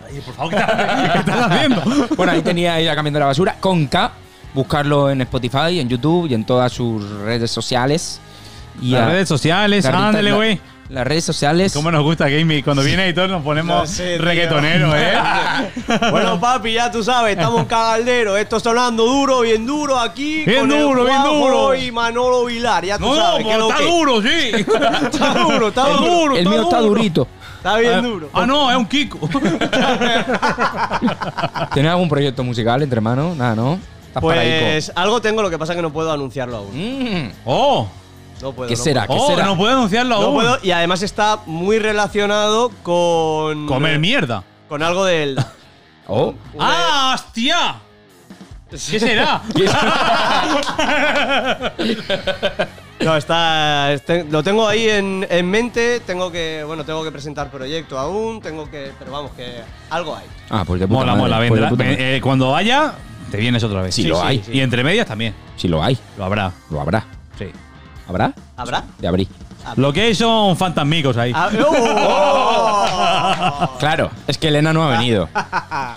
Oye, por favor, ¿qué estás- qué estás haciendo? Bueno, ahí tenía ir a Camión de la Basura con K. Buscarlo en Spotify, en YouTube y en todas sus redes sociales. Y Las a- redes sociales, Las- ándale, la- güey. Las redes sociales. ¿Cómo nos gusta Gaming? Cuando viene y todos nos ponemos No sé, tío. reggaetoneros, ¿eh? Bueno, papi, ya tú sabes, estamos en Cagaldero. Esto está sonando duro, bien duro aquí. Bien con el duro, bien Juanjo duro. Y Manolo Vilar, ya tú No, sabes. que pues lo está que- duro, sí. Está duro, está Eh, el, duro. el mío está durito. Está bien duro. Ah, no, es un Kiko. ¿Tienes algún proyecto musical entre manos? Nada, ¿no? Estás eh, paraico. Pues algo tengo, lo que pasa es que no puedo anunciarlo aún. Mm, ¡Oh! No puedo. ¿Qué no será? puedo. ¿Qué ¡Oh! será? No puedo anunciarlo No aún. puedo, y además está muy relacionado con. Comer mierda. Con algo del. Oh. ¡Ah, hostia! ¿Qué será? No, está. este- Lo tengo ahí en, en mente. Tengo que. Bueno, tengo que presentar proyecto aún. Tengo que. Pero vamos, que algo hay. Ah, pues de puta mola, madre, mola. pues de vendrá. puta madre. Eh, cuando vaya, te vienes otra vez. Sí, Sí, lo sí, hay. Y entre medias también. Si lo hay, Lo habrá. lo habrá. Sí. ¿Habrá? ¿Habrá? De abrir. Lo que hay son fantasmicos ahí. Ah, ¡oh! Claro, es que Elena no ha venido.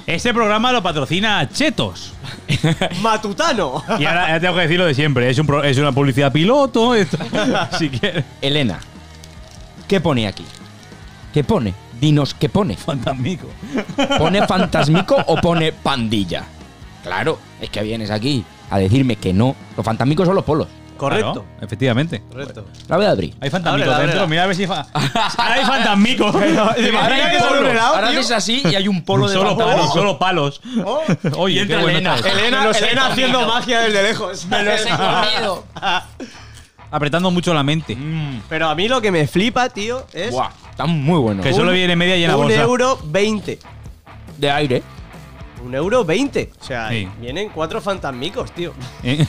Este programa lo patrocina Chetos. ¡Matutano! Y ahora ya tengo que decir lo de siempre. Es, un pro- es una publicidad piloto. esto- si quieres. Elena, ¿qué pone aquí? ¿Qué pone? Dinos qué pone. Fantasmico. ¿Pone fantasmico o pone pandilla? Claro, es que vienes aquí a decirme que no. Los fantasmicos son los polos. Correcto. Claro, efectivamente. Correcto. La voy a abrir. Hay fantasmicos Ábrela, dentro. ábrela. Mira a ver si. fa- ahora hay fantasmicos. imaginas Ahora hay que se polos. abre la- Ahora tío. haces así y hay un polo de Oh. Solo palos, fantasmicos. solo palos. Oye, entra Elena. Elena, he Elena haciendo comido. magia desde lejos. Apretando mucho la mente. Mm. Pero a mí lo que me flipa, tío, es. Buah, están muy buenos. Que solo viene media llena un bolsa. euro veinte. De aire. Un euro veinte. O sea, Sí. vienen cuatro fantasmicos, tío. ¿Eh?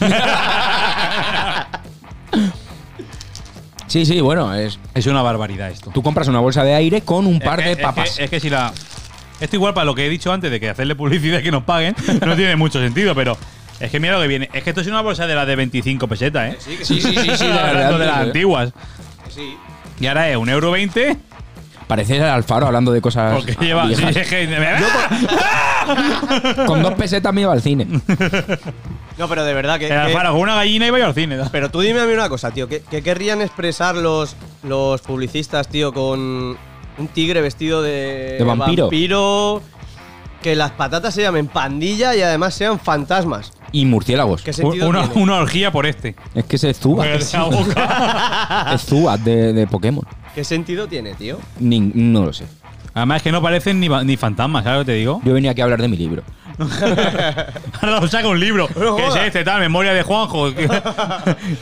Sí, sí, bueno, es. es una barbaridad esto. Tú compras una bolsa de aire con un par Es de que- es papas. que- Es que si la. Esto igual para lo que he dicho antes de que hacerle publicidad que nos paguen no tiene mucho sentido, pero es que mira lo que viene. Es que esto es una bolsa de las de 25 pesetas, ¿eh? Sí, que Sí, sí, sí, sí, de la Hablando de verdad, las sí. antiguas. que sí. Y ahora es un euro veinte Parece el Alfaro hablando de cosas porque lleva. viejas. sí, es que- Con dos pesetas me iba al cine. No, pero de verdad que. El que- Alfaro con una gallina iba yo al cine. ¿no? Pero tú dime a mí una cosa, tío. ¿Qué, qué querrían expresar los, los publicistas, tío, con un tigre vestido de, De vampiro. vampiro, Que las patatas se llamen pandilla y además sean fantasmas. Y murciélagos. ¿Qué sentido Una, tiene? una orgía por este. Es que se Zubat. Cállate la boca. Es Zubat de, de Pokémon. ¿Qué sentido tiene, tío? Ni- no lo sé. Además, es que no parecen ni, va- ni fantasmas, ¿sabes lo que te digo? Yo venía aquí a hablar de mi libro. Ahora nos saca un libro. ¿Qué es jodas. este tal? Memoria de Juanjo.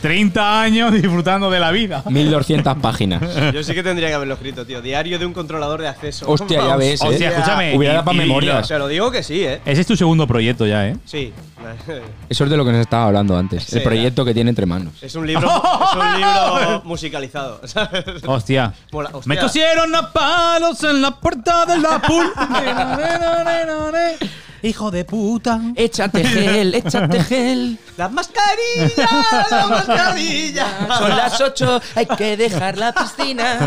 30 años disfrutando de la vida. 1200 páginas. Yo sí que tendría que haberlo escrito, tío. Diario de un controlador de acceso. Hostia, ya Vamos. ves. ¿eh? Hostia, escúchame. Hubiera y- dado para y- memorias. Te lo digo que sí, ¿eh? Ese es tu segundo proyecto ya, ¿eh? Sí. Eso es de lo que nos estaba hablando antes. Sí, el proyecto que tiene entre manos. Es un libro, es un libro musicalizado, ¿sabes? Hostia. Mola, hostia. Me cosieron a palos en la puerta de la pool. Hijo de puta. Échate gel, échate gel. ¡Las mascarillas! ¡Las mascarillas! Son las 8, hay que dejar la piscina.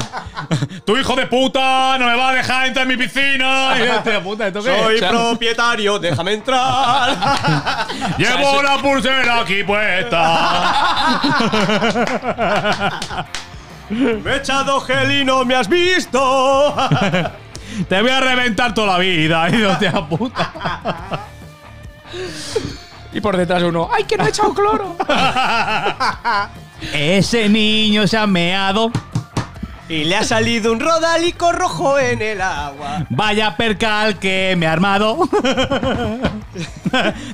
Tu hijo de puta no me va a dejar entrar en mi piscina. Y, Hostia puta, ¿esto qué? Soy propietario, déjame entrar. Llevo la pulsera aquí puesta. Me he echado gel y no me has visto. Te voy a reventar toda la vida. Y, Hostia puta. Y por detrás uno, ¡ay, que no he echado cloro! Ese niño se ha meado. Y le ha salido un rodalico rojo en el agua. Vaya percal que me ha armado.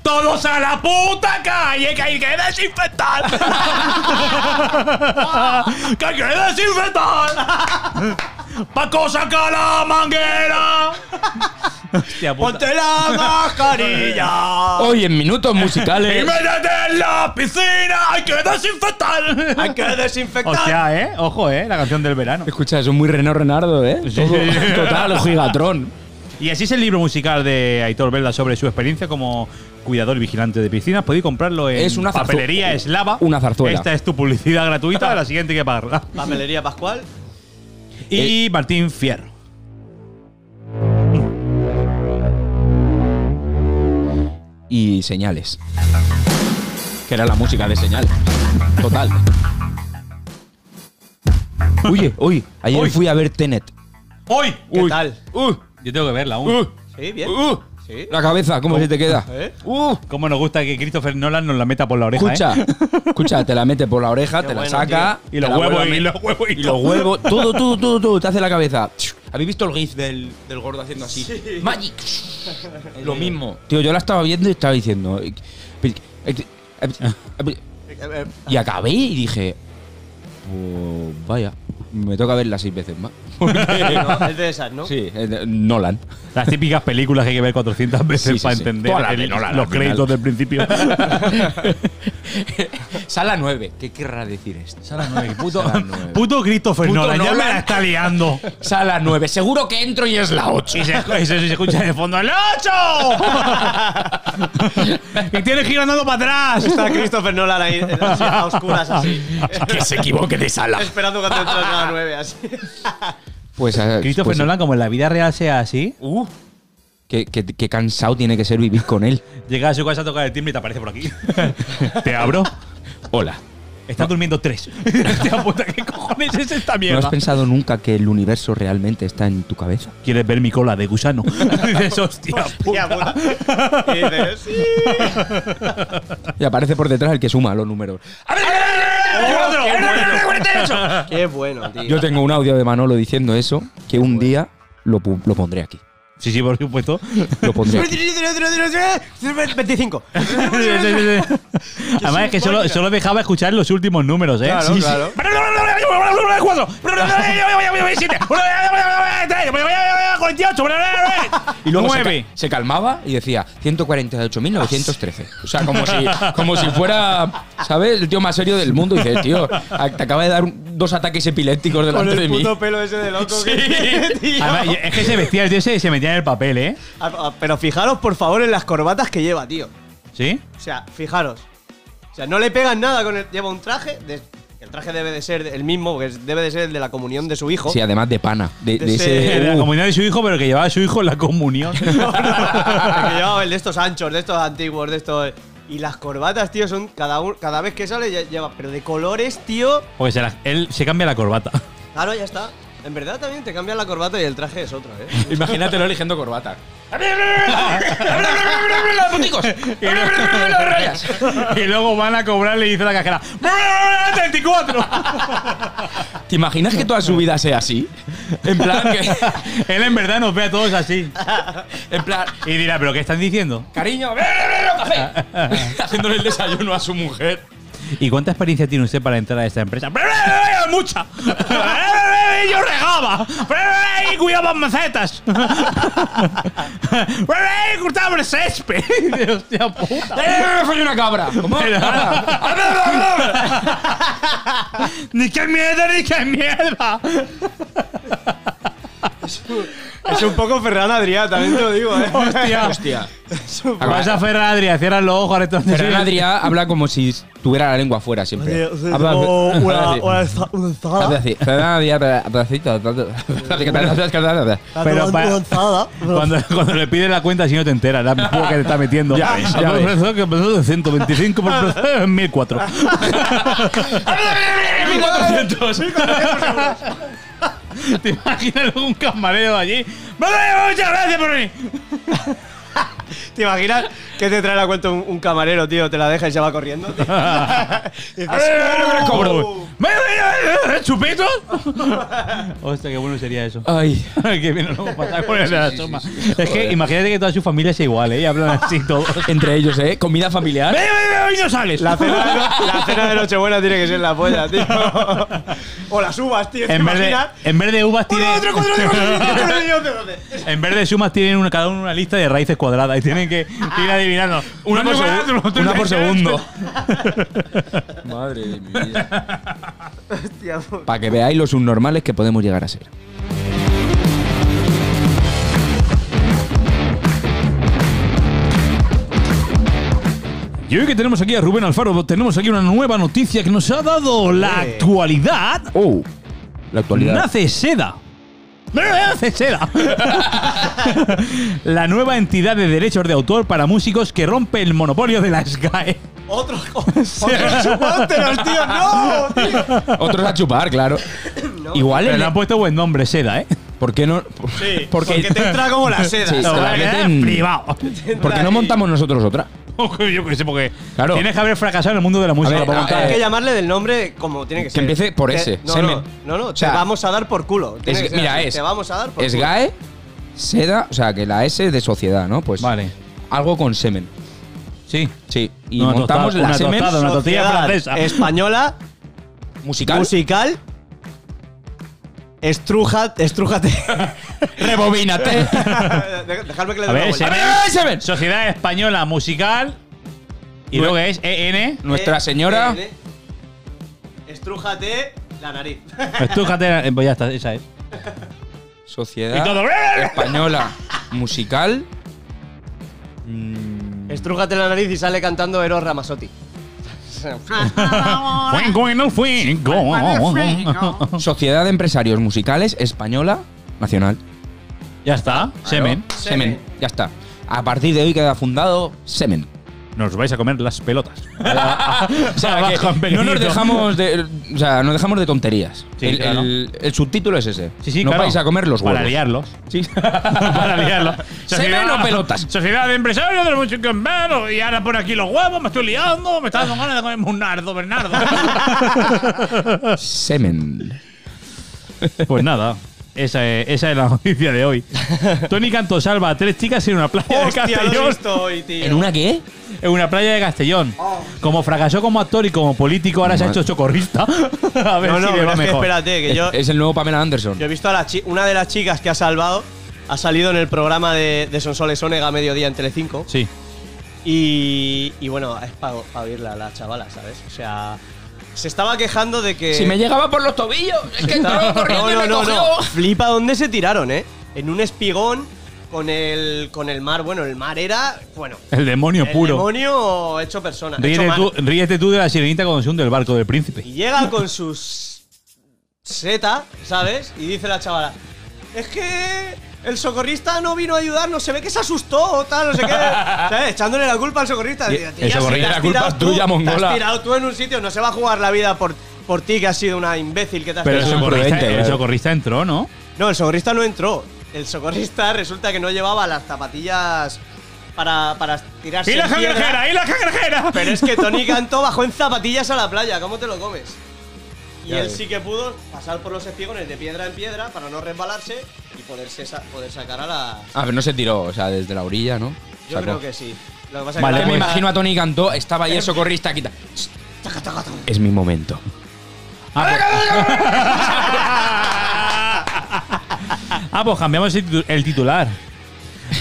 Todos a la puta calle que hay que desinfectar. que hay que desinfectar. Paco saca la manguera. Ponte la mascarilla. Hoy en minutos musicales. y métete en la piscina. Hay que desinfectar. Hay que desinfectar. O sea, eh. Ojo, eh. La canción del verano. Escucha, eso es muy Reno Renardo, ¿eh? Todo- total, gigatrón. Y así es el libro musical de Aitor Velda sobre su experiencia como cuidador y vigilante de piscinas. Podéis comprarlo en Es una zarzu- papelería eslava. una zarzuela. Esta es tu publicidad gratuita, la siguiente hay que pagarla. Papelería Pascual. Eh. Y Martín Fierro. Y señales. Que era la música de señal. Total. Oye, oye, ayer Uy. fui a ver Tenet. ¡Hoy! ¿Qué tal? Uh, Yo tengo que verla aún. uh, Sí, bien. uh. Sí. La cabeza, ¿cómo se te queda? ¿Eh? Uh. Cómo nos gusta que Christopher Nolan nos la meta por la oreja, Escucha, ¿eh? escucha, te la mete por la oreja, te la bueno, saca. Y los te la vuelve huevos, a y meter. los huevos, y Y los huevos, todo, todo, todo, todo, te hace la cabeza. ¿Habéis visto el gif del, del gordo haciendo así? ¡Magic! Lo mismo. Tío, yo la estaba viendo y estaba diciendo. eh, eh, eh, eh, eh, eh, Y acabé y dije. "Pues vaya, me toca verla seis veces más. No, es de esas, ¿no? Sí, eh, de- Nolan. Las típicas películas que hay que ver 400 veces Sí, sí, para sí. entender Toda la el- de Nolan, los al final. créditos del principio. Sala 9. ¿Qué querrá decir esto? Sala 9. Puto, Puto Christopher Puto Nolan, ya Nolan. me la está liando. Sala 9. Seguro que entro y es la 8. Y se, y se- y se escucha de fondo ¡El 8! y tiene girando para atrás. Está Christopher Nolan ahí en las a oscuras así. Que se equivoque de sala. Esperando cuando entre a las 9 así. Pues, eh, Christopher pues, Nolan, como en la vida real sea así, Uh, qué, qué- qué cansado tiene que ser vivir con él. llega a su casa a tocar el timbre y te aparece por aquí. te abro. Hola. Estás durmiendo tres. Hostia puta, ¿qué cojones es esta ¿No has mierda? pensado nunca que el universo realmente está en tu cabeza? ¿Quieres ver mi cola de gusano? Dices, hostia, Tía puta. puta. Y dices, sí. Y aparece por detrás el que suma los números. Qué bueno, tío. Yo tengo un audio de Manolo diciendo eso, que un día lo, pu- lo pondré aquí. Sí, sí, por supuesto. Lo pondré aquí. 25. Además es que solo, solo dejaba escuchar los últimos números, ¿eh? Claro, Sí, sí. claro. Y luego se, nueve. ca- se calmaba y decía 148.913. O sea, como si, como si fuera, ¿sabes? El tío más serio del mundo. Y dice, tío, a- te acaba de dar un- dos ataques epilépticos Con delante de el mí. puto pelo ese de loco que tiene, tío. Además, y- es que se vestía el tío ese y se metía en el papel, ¿eh? Ah, ah, Pero fijaros, por favor, en las corbatas que lleva, tío. ¿Sí? O sea, fijaros. O sea, no le pegan nada con el. Lleva un traje. de- el traje debe de ser el mismo, que es- debe de ser el de la comunión de su hijo. Sí, además de pana. De, de De ese, ese- Era la uh, comunión de su hijo, pero que llevaba a su hijo en la comunión. que llevaba el de estos anchos, de estos antiguos, de estos. Y las corbatas, tío, son. Cada, un- cada vez que sale ya- lleva. Pero de colores, tío. Porque se la- él se cambia la corbata. Claro, ya está. En verdad también te cambian la corbata y el traje es otro, ¿eh? Imagínatelo eligiendo corbata. y luego van a cobrar y dice la cajera ¡34! ¿Te imaginas que toda su vida sea así? En plan, que- él en verdad nos ve a todos así. en plan Y dirá, ¿pero qué están diciendo? cariño, café. Haciéndole el desayuno a su mujer. Eh. ¿Y cuánta experiencia tiene usted para entrar a esta empresa? ¡Mucha! Yo regaba. Y cuidaba macetas. Y cortaba el césped. Hostia puta. ¡Eh, soy una cabra! ¿Cómo? ¡Ni qué mierda, ni qué mierda! Es un poco Ferran Adrià, también te lo digo, ¿eh? Hostia. Hostia. Es un Vas a Ferran Adrià, cierran los ojos. ahora te- Pero Adrián habla como si tuviera la lengua afuera siempre. Habla- Oh, habla así. Habla así. Ferran Adrià, habla- habla así, todo, todo. Pero pa- cuando, cuando le pide la cuenta, si no te enteras, la púa que te está metiendo. Ya ves, ya Ah, ves. profesor, que empezó de 125 por profesor, 1004. 1400. ¿Te imaginas algún camarero allí? ¡Vale, muchas gracias por venir! ¿Te imaginas que te trae la cuenta un, un camarero, tío? Te la deja y se va corriendo. tío? Dices, ¡Oh! "Oh". ¿Me me- me- chupito? Hostia, qué bueno sería eso. Ay, qué bien nos lo hemos pasado con el de la toma. Es que imagínate que toda su familia sea igual, ¿eh? Y hablan así todos. Entre ellos, ¿eh? Comida familiar. ¡Ve, ve, ve! Hoy no sales. La cena, de, no- la cena de Nochebuena tiene que ser la polla, tío. O las uvas, tío. ¿Te En vez, de, imaginas? en vez de uvas tienen. Otro cuadro de cuadro de cuadro de cuadro de- En vez de sumas tienen una- cada uno una lista de raíces cuadradas y tienen que ir adivinando. Una, por, segu- una por segundo. Madre de mi vida. Para que veáis los subnormales que podemos llegar a ser. Y hoy que tenemos aquí a Rubén Alfaro, tenemos aquí una nueva noticia que nos ha dado la Eh. actualidad. Oh, la actualidad. Nace Seda. Nace Seda. la nueva entidad de derechos de autor para músicos que rompe el monopolio de las GAE. Otro. Otros chupónteros, tío. No, tío. Otros a chupar, claro. Igual Pero en le la- han puesto buen nombre, Seda, ¿eh? ¿Por qué no? Sí, porque te entra como la seda. Sí, No, se la vale, meten- privado. ¿Por qué no montamos nosotros otra? Yo qué sé, porque Claro. tienes que haber fracasado en el mundo de la música. ver, para a- montar. Hay que llamarle del nombre como tiene que, Que ser. empiece por Te- ese, No, semen. no, no, no, O sea, te vamos a dar por culo. Tiene Es- que ser mira, así, es. Te vamos a dar por Es culo. GAE, seda, o sea, que la S es de sociedad, ¿no? Pues Vale. algo con semen. Sí. Sí. Y Una montamos tostada, la una semen tostada, una tortilla Sociedad francesa. Española, musical. musical. Estruja, estrújate. Rebobínate. Dej- Dejadme que le dé A una ver, vuelta. semen. ¡Ay, semen! Sociedad Española Musical. Y luego es E EN. Nuestra Eh, señora. eh, Estrújate la nariz. Estújate. Pues ya está, esa es. Ah. Y Sociedad todo. española. Musical. Estrújate la nariz y sale cantando Eros Ramazzotti. Fuego en el fuego. Sociedad de Empresarios Musicales Española Nacional. Ya está, semen. Semen. Ya está. A partir de hoy queda fundado Semen. Nos vais a comer las pelotas. O sea, que Abajo en no nos pequeñito. dejamos de, o sea, nos dejamos de tonterías. Sí, el, claro. el- el subtítulo es ese. Sí, sí, no claro. vais a comer los huevos. Para liarlos. Sí. Para liarlos. Semen o pelotas. Sociedad de empresarios de los muchachos Y ahora por aquí los huevos, me estoy liando. Me está dando ganas de comerme un nardo, Bernardo. Semen. Pues nada, esa es, esa es la noticia de hoy. Tony Canto salva a tres chicas en una playa de Hostia, lo Castellón. estoy, tío. ¿En una qué? En una playa de Castellón. Como fracasó como actor y como político, ahora se ha Madre. hecho socorrista. A ver No, no, si le pero va es que mejor. espérate, que Es, yo, es el nuevo Pamela Anderson. yo he visto a la chi- una de las chicas que ha salvado, ha salido en el programa de, de Sonsoles Onega a mediodía en Telecinco. Sí. Y, y bueno, es para oírla a la chavala, ¿sabes? O sea, se estaba quejando de que. Si me llegaba por los tobillos, es que entró corriendo no, y no, me no, cogió. no. Flipa dónde se tiraron, ¿eh? En un espigón con el, con el mar. Bueno, el mar era. Bueno. El demonio el puro. demonio hecho persona. hecho Ríete mar. tú, ríete tú de la sirenita cuando se hunde el barco del príncipe. Y llega con sus seta, ¿sabes? Y dice la chavala, es que el socorrista no vino a ayudarnos, se ve que se asustó o tal, no sé qué. ¿Sabes? Echándole la culpa al socorrista. Y- Digo, el "Tía, si socorrista, te la has culpa tirado es tuya, tú, Te mongola". has tirado tú en un sitio, no se va a jugar la vida por, por ti, que has sido una imbécil que te has Pero el tirado. socorrista, imprudente, el eh. socorrista entró, ¿no? No, el socorrista no entró. El socorrista resulta que no llevaba las zapatillas para, para tirarse en piedra. ¡Y la cangrejera! Pero es que Tony Canto bajó en zapatillas a la playa, ¿cómo te lo comes? Y Ya él ves. sí que pudo pasar por los espigones de piedra en piedra para no resbalarse y poderse sa- poder sacar a la. A ver, Ah, no se tiró, o sea, desde la orilla, ¿no? Yo creo que sí. pues- Lo que pasa Vale, es que me la- imagino a Tony Cantó, estaba ahí el socorrista, quita. Es mi momento. Ah, pues cambiamos el, titu- el titular.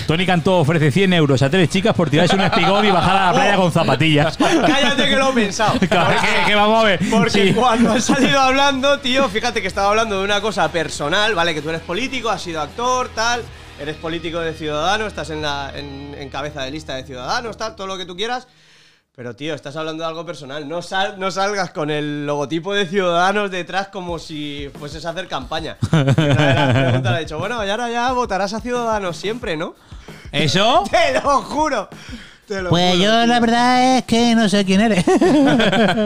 Tony Cantó ofrece 100 euros a tres chicas por tirarse un espigón y bajar a la playa con zapatillas. Cállate que lo he pensado. Claro, que, que vamos a ver. Porque Sí. cuando has salido hablando, tío, fíjate que estaba hablando de una cosa personal, ¿vale? Que tú eres político, has sido actor, tal, eres político de Ciudadanos, estás en, la, en, en cabeza de lista de Ciudadanos, tal, todo lo que tú quieras. Pero, tío, estás hablando de algo personal. No, sal- no salgas con el logotipo de Ciudadanos detrás como si fueses a hacer campaña. Y una de las preguntas le ha dicho, bueno, y ahora ya votarás a Ciudadanos siempre, ¿no? ¿Eso? ¡Te lo juro! Te lo Pues juro, tío. verdad es que no sé quién eres.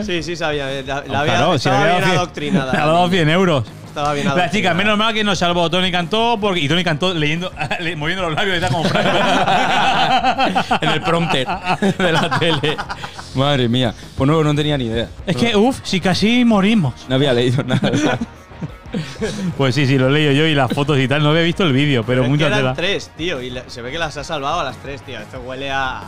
Sí, sí, sabía. eh, La, la había, Claro, si le estaba había bien dado cien- adoctrinada. Le ha dado 100 euros. Estaba bien La chica, adoctrinada. menos mal que nos salvó. Tony cantó porque, y Tony cantó leyendo, le- moviendo los labios y está como Frank. en el prompter de la tele. Madre mía. Pues no, no tenía ni idea. Es que, uff, si casi morimos. No había leído nada. Pues sí, sí, lo leí yo y las fotos y tal. No había visto el vídeo, pero Es que mucha eran tela. tres, tío, y la- se ve que las ha salvado a las tres, tío. Esto huele a.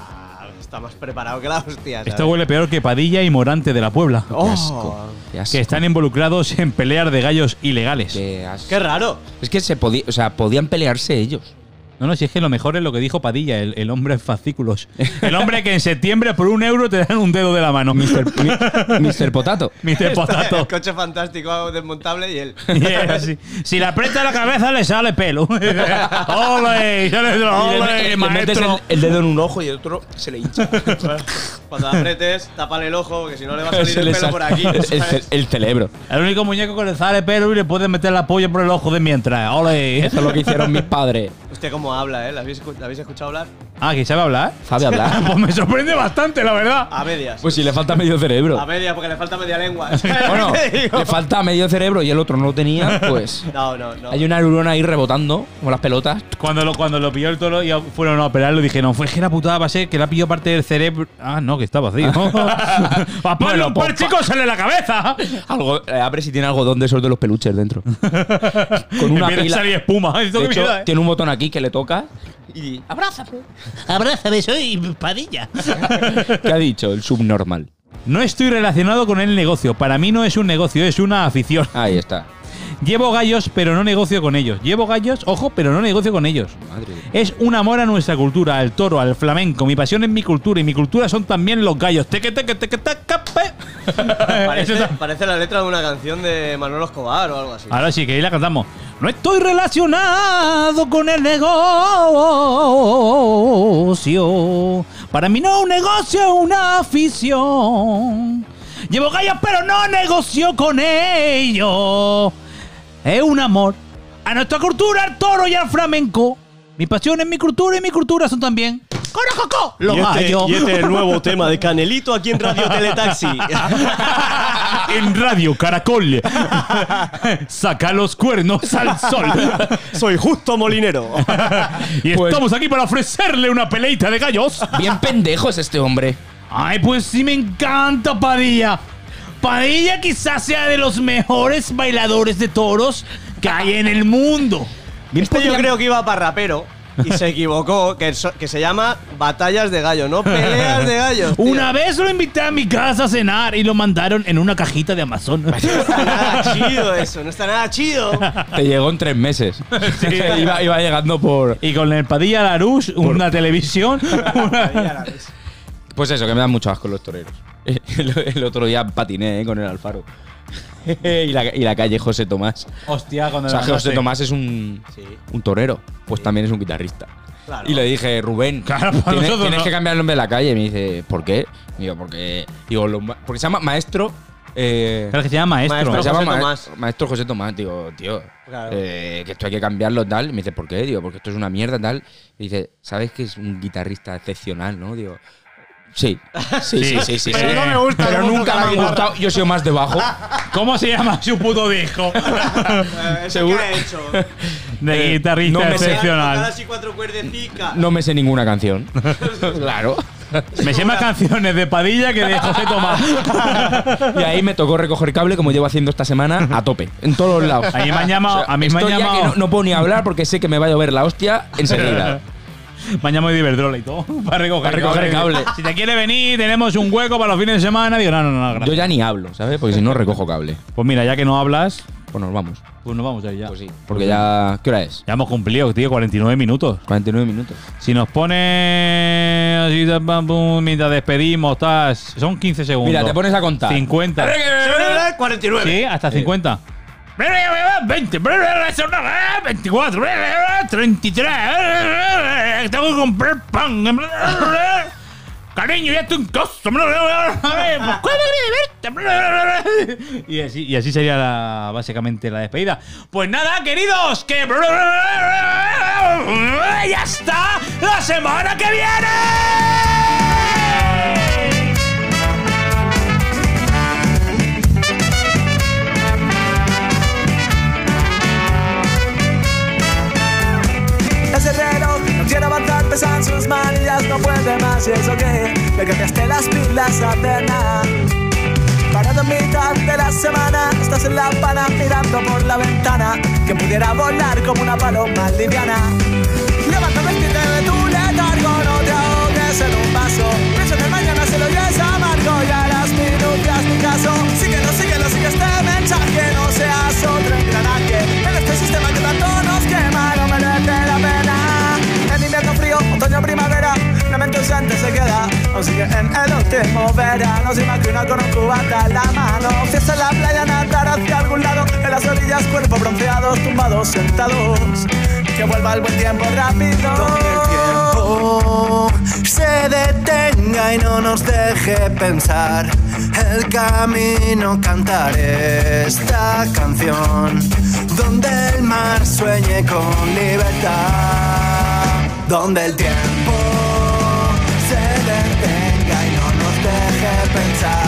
Está más preparado que la hostia. ¿sabes? Esto huele peor que Padilla y Morante de la Puebla. Oh. asco, Que están involucrados en pelear de gallos ilegales. Qué, Qué raro. Es que se podía, o sea, podían pelearse ellos. No, no, si es que lo mejor es lo que dijo Padilla, el, el hombre en fascículos. El hombre que en septiembre por un euro te dan un dedo de la mano. Mr. Potato. Mr. Potato. El coche fantástico desmontable y él. Yeah, sí. Si le aprieta la cabeza le sale pelo. ¡Ole! ¡Sale Y le met- ole, le metes el, maestro! el dedo en un ojo y el otro se le hincha. Cuando apretes, tapale el ojo, que si no le va a salir Se el le pelo sal- por aquí. el- el ¿sabes? ce- el cerebro. El único muñeco que le sale pelo y le puede meter la polla por el ojo de mientras. ¡Ole! Eso es lo que hicieron mis padres. Hostia, cómo habla, ¿eh? ¿La habéis, escu- la habéis escuchado hablar? Ah, que sabe hablar. Sabe hablar. pues me sorprende bastante, la verdad. A medias. Pues si le falta medio A cerebro. medias, porque le falta media lengua. Bueno, le falta medio cerebro y el otro no lo tenía, pues. No, no, no. Hay una neurona ahí rebotando, como las pelotas. Cuando lo, cuando lo pilló el toro y fueron a operarlo, dijeron: Fue que la putada va a ser que la pilló parte del cerebro. Ah, no, que está vacío. ¡A poner Bueno, un pues, par, chicos, sale la cabeza! Algo, eh, abre si tiene algodón de esos de los peluches dentro. Con una Empieza a pila. salir espuma. Esto De que hecho, mierda, eh. tiene un botón aquí que le toca. Y, Abrázame. Abrázame, soy Padilla. ¿Qué ha dicho? El subnormal. No estoy relacionado con el negocio. Para mí no es un negocio, es una afición. Ahí está. Llevo gallos, pero no negocio con ellos. Llevo gallos, ojo, pero no negocio con ellos. Madre de- Es un amor a nuestra cultura, al toro, al flamenco. Mi pasión es mi cultura y mi cultura son también los gallos. Teque, teque, teque, teque, pe. Eso Parece, está- parece la letra de una canción de Manolo Escobar o algo así. Ahora sí, que ahí la cantamos. No estoy relacionado con el negocio. Para mí no un negocio, es una afición. Llevo gallos, pero no negocio con ellos. Es un amor a nuestra cultura, al toro y al flamenco. Mi pasión es mi cultura y mi cultura son también. ¡Corococo! Los Y este- gallos. Y este es el nuevo tema de Canelito aquí en Radio Teletaxi. en Radio Caracol. Saca los cuernos al sol. Soy justo molinero. y Pues- estamos aquí para ofrecerle una peleita de gallos. Bien pendejo es este hombre. Ay, pues sí me encanta Padilla. Padilla quizás sea de los mejores bailadores de toros que hay en el mundo. Este yo creo que iba para rapero. Y se equivocó, que, so- que se llama batallas de gallo, no peleas de gallo. Una vez lo invité a mi casa a cenar y lo mandaron en una cajita de Amazon. No está nada chido eso, no está nada chido. Te llegó en tres meses. iba, iba llegando por. y con el Padilla Larus, una televisión. Pues eso, que me dan mucho asco los toreros. El, el otro día patiné eh, con el Alfaro. y, la, y la calle José Tomás. Hostia, cuando O sea, la José mandaste. Tomás es un, un torero, pues también es un guitarrista. Claro. Y le dije, Rubén, Claro, para tienes, nosotros tienes no. que cambiar el nombre de la calle. Y me dice, ¿por qué? Digo, porque, digo, lo ma- porque se llama Maestro. eh, Claro que se llama maestro. se Maestro. llama José Ma- Tomás. Maestro José Tomás. Digo, tío, Claro. eh, que esto hay que cambiarlo, tal. Y me dice, ¿por qué? Digo, porque esto es una mierda, tal. Y dice, ¿sabes que es un guitarrista excepcional, no? Digo, sí. Sí, sí, sí, sí. sí. Pero no me gusta Pero cómo nunca toca me la han guitarra. gustado. Yo soy más debajo. ¿Cómo se llama su puto disco? Seguro. ha hecho? De guitarrista Eh, no me sé. excepcional. Tocar así cuatro cuerdecitas. No me sé ninguna canción. claro. Me sé más canciones de Padilla que de José Tomás. Y ahí me tocó recoger cable, como llevo haciendo esta semana, a tope, en todos los lados. A mí me han llamado- a mí me han estoy ya llamado- que no, no puedo ni hablar porque sé que me va a llover la hostia enseguida. Me han llamado de Iberdrola y todo. Para recoger, Para recoger cable. Si te quiere venir, tenemos un hueco para los fines de semana. Digo, no, no, no, Yo gracias. ya ni hablo, ¿sabes? Porque si no recojo cable. Pues mira, ya que no hablas, Pues nos vamos. pues nos vamos ahí ya. Pues sí. Porque ya. ¿Qué hora es? Ya hemos cumplido, tío, 49 minutos. 49 minutos. Si nos pone así, tam, pam, pum, mientras despedimos, tal, son 15 segundos. Mira, te pones a contar. 50. 49. Sí, hasta 50. 20, 24, 33. Tengo que comprar pan. Cariño, ya estoy en casa. Y así, y así sería la- básicamente la despedida. Pues nada, queridos, que. ¡Ya está! ¡La semana que viene! Le cambiaste las pilas a Tena. Parado en mitad de la semana, estás en La Habana mirando por la ventana. Que pudiera volar como una paloma liviana. Levanta vestite de tu letargo, no te ahogues en un vaso. Piensa en el mañana si lo oyes amargo y a las minutas mi caso. Síguelo, síguelo, sigue este mensaje, no seas otro engranaje. En este sistema que tanto nos quema, no merece la pena. En invierno frío, otoño, primavera, la mente ausente se queda. Aún sigue en el último verano, se imagina con un cubata en la mano. Fiesta en la playa, nadar hacia algún lado. En las orillas, cuerpo bronceados, tumbados, sentados. Que vuelva el buen tiempo rápido. Que el tiempo se detenga y no nos deje pensar. El camino cantar esta canción, donde el mar sueñe con libertad, donde el tiempo se detenga y no nos deje pensar.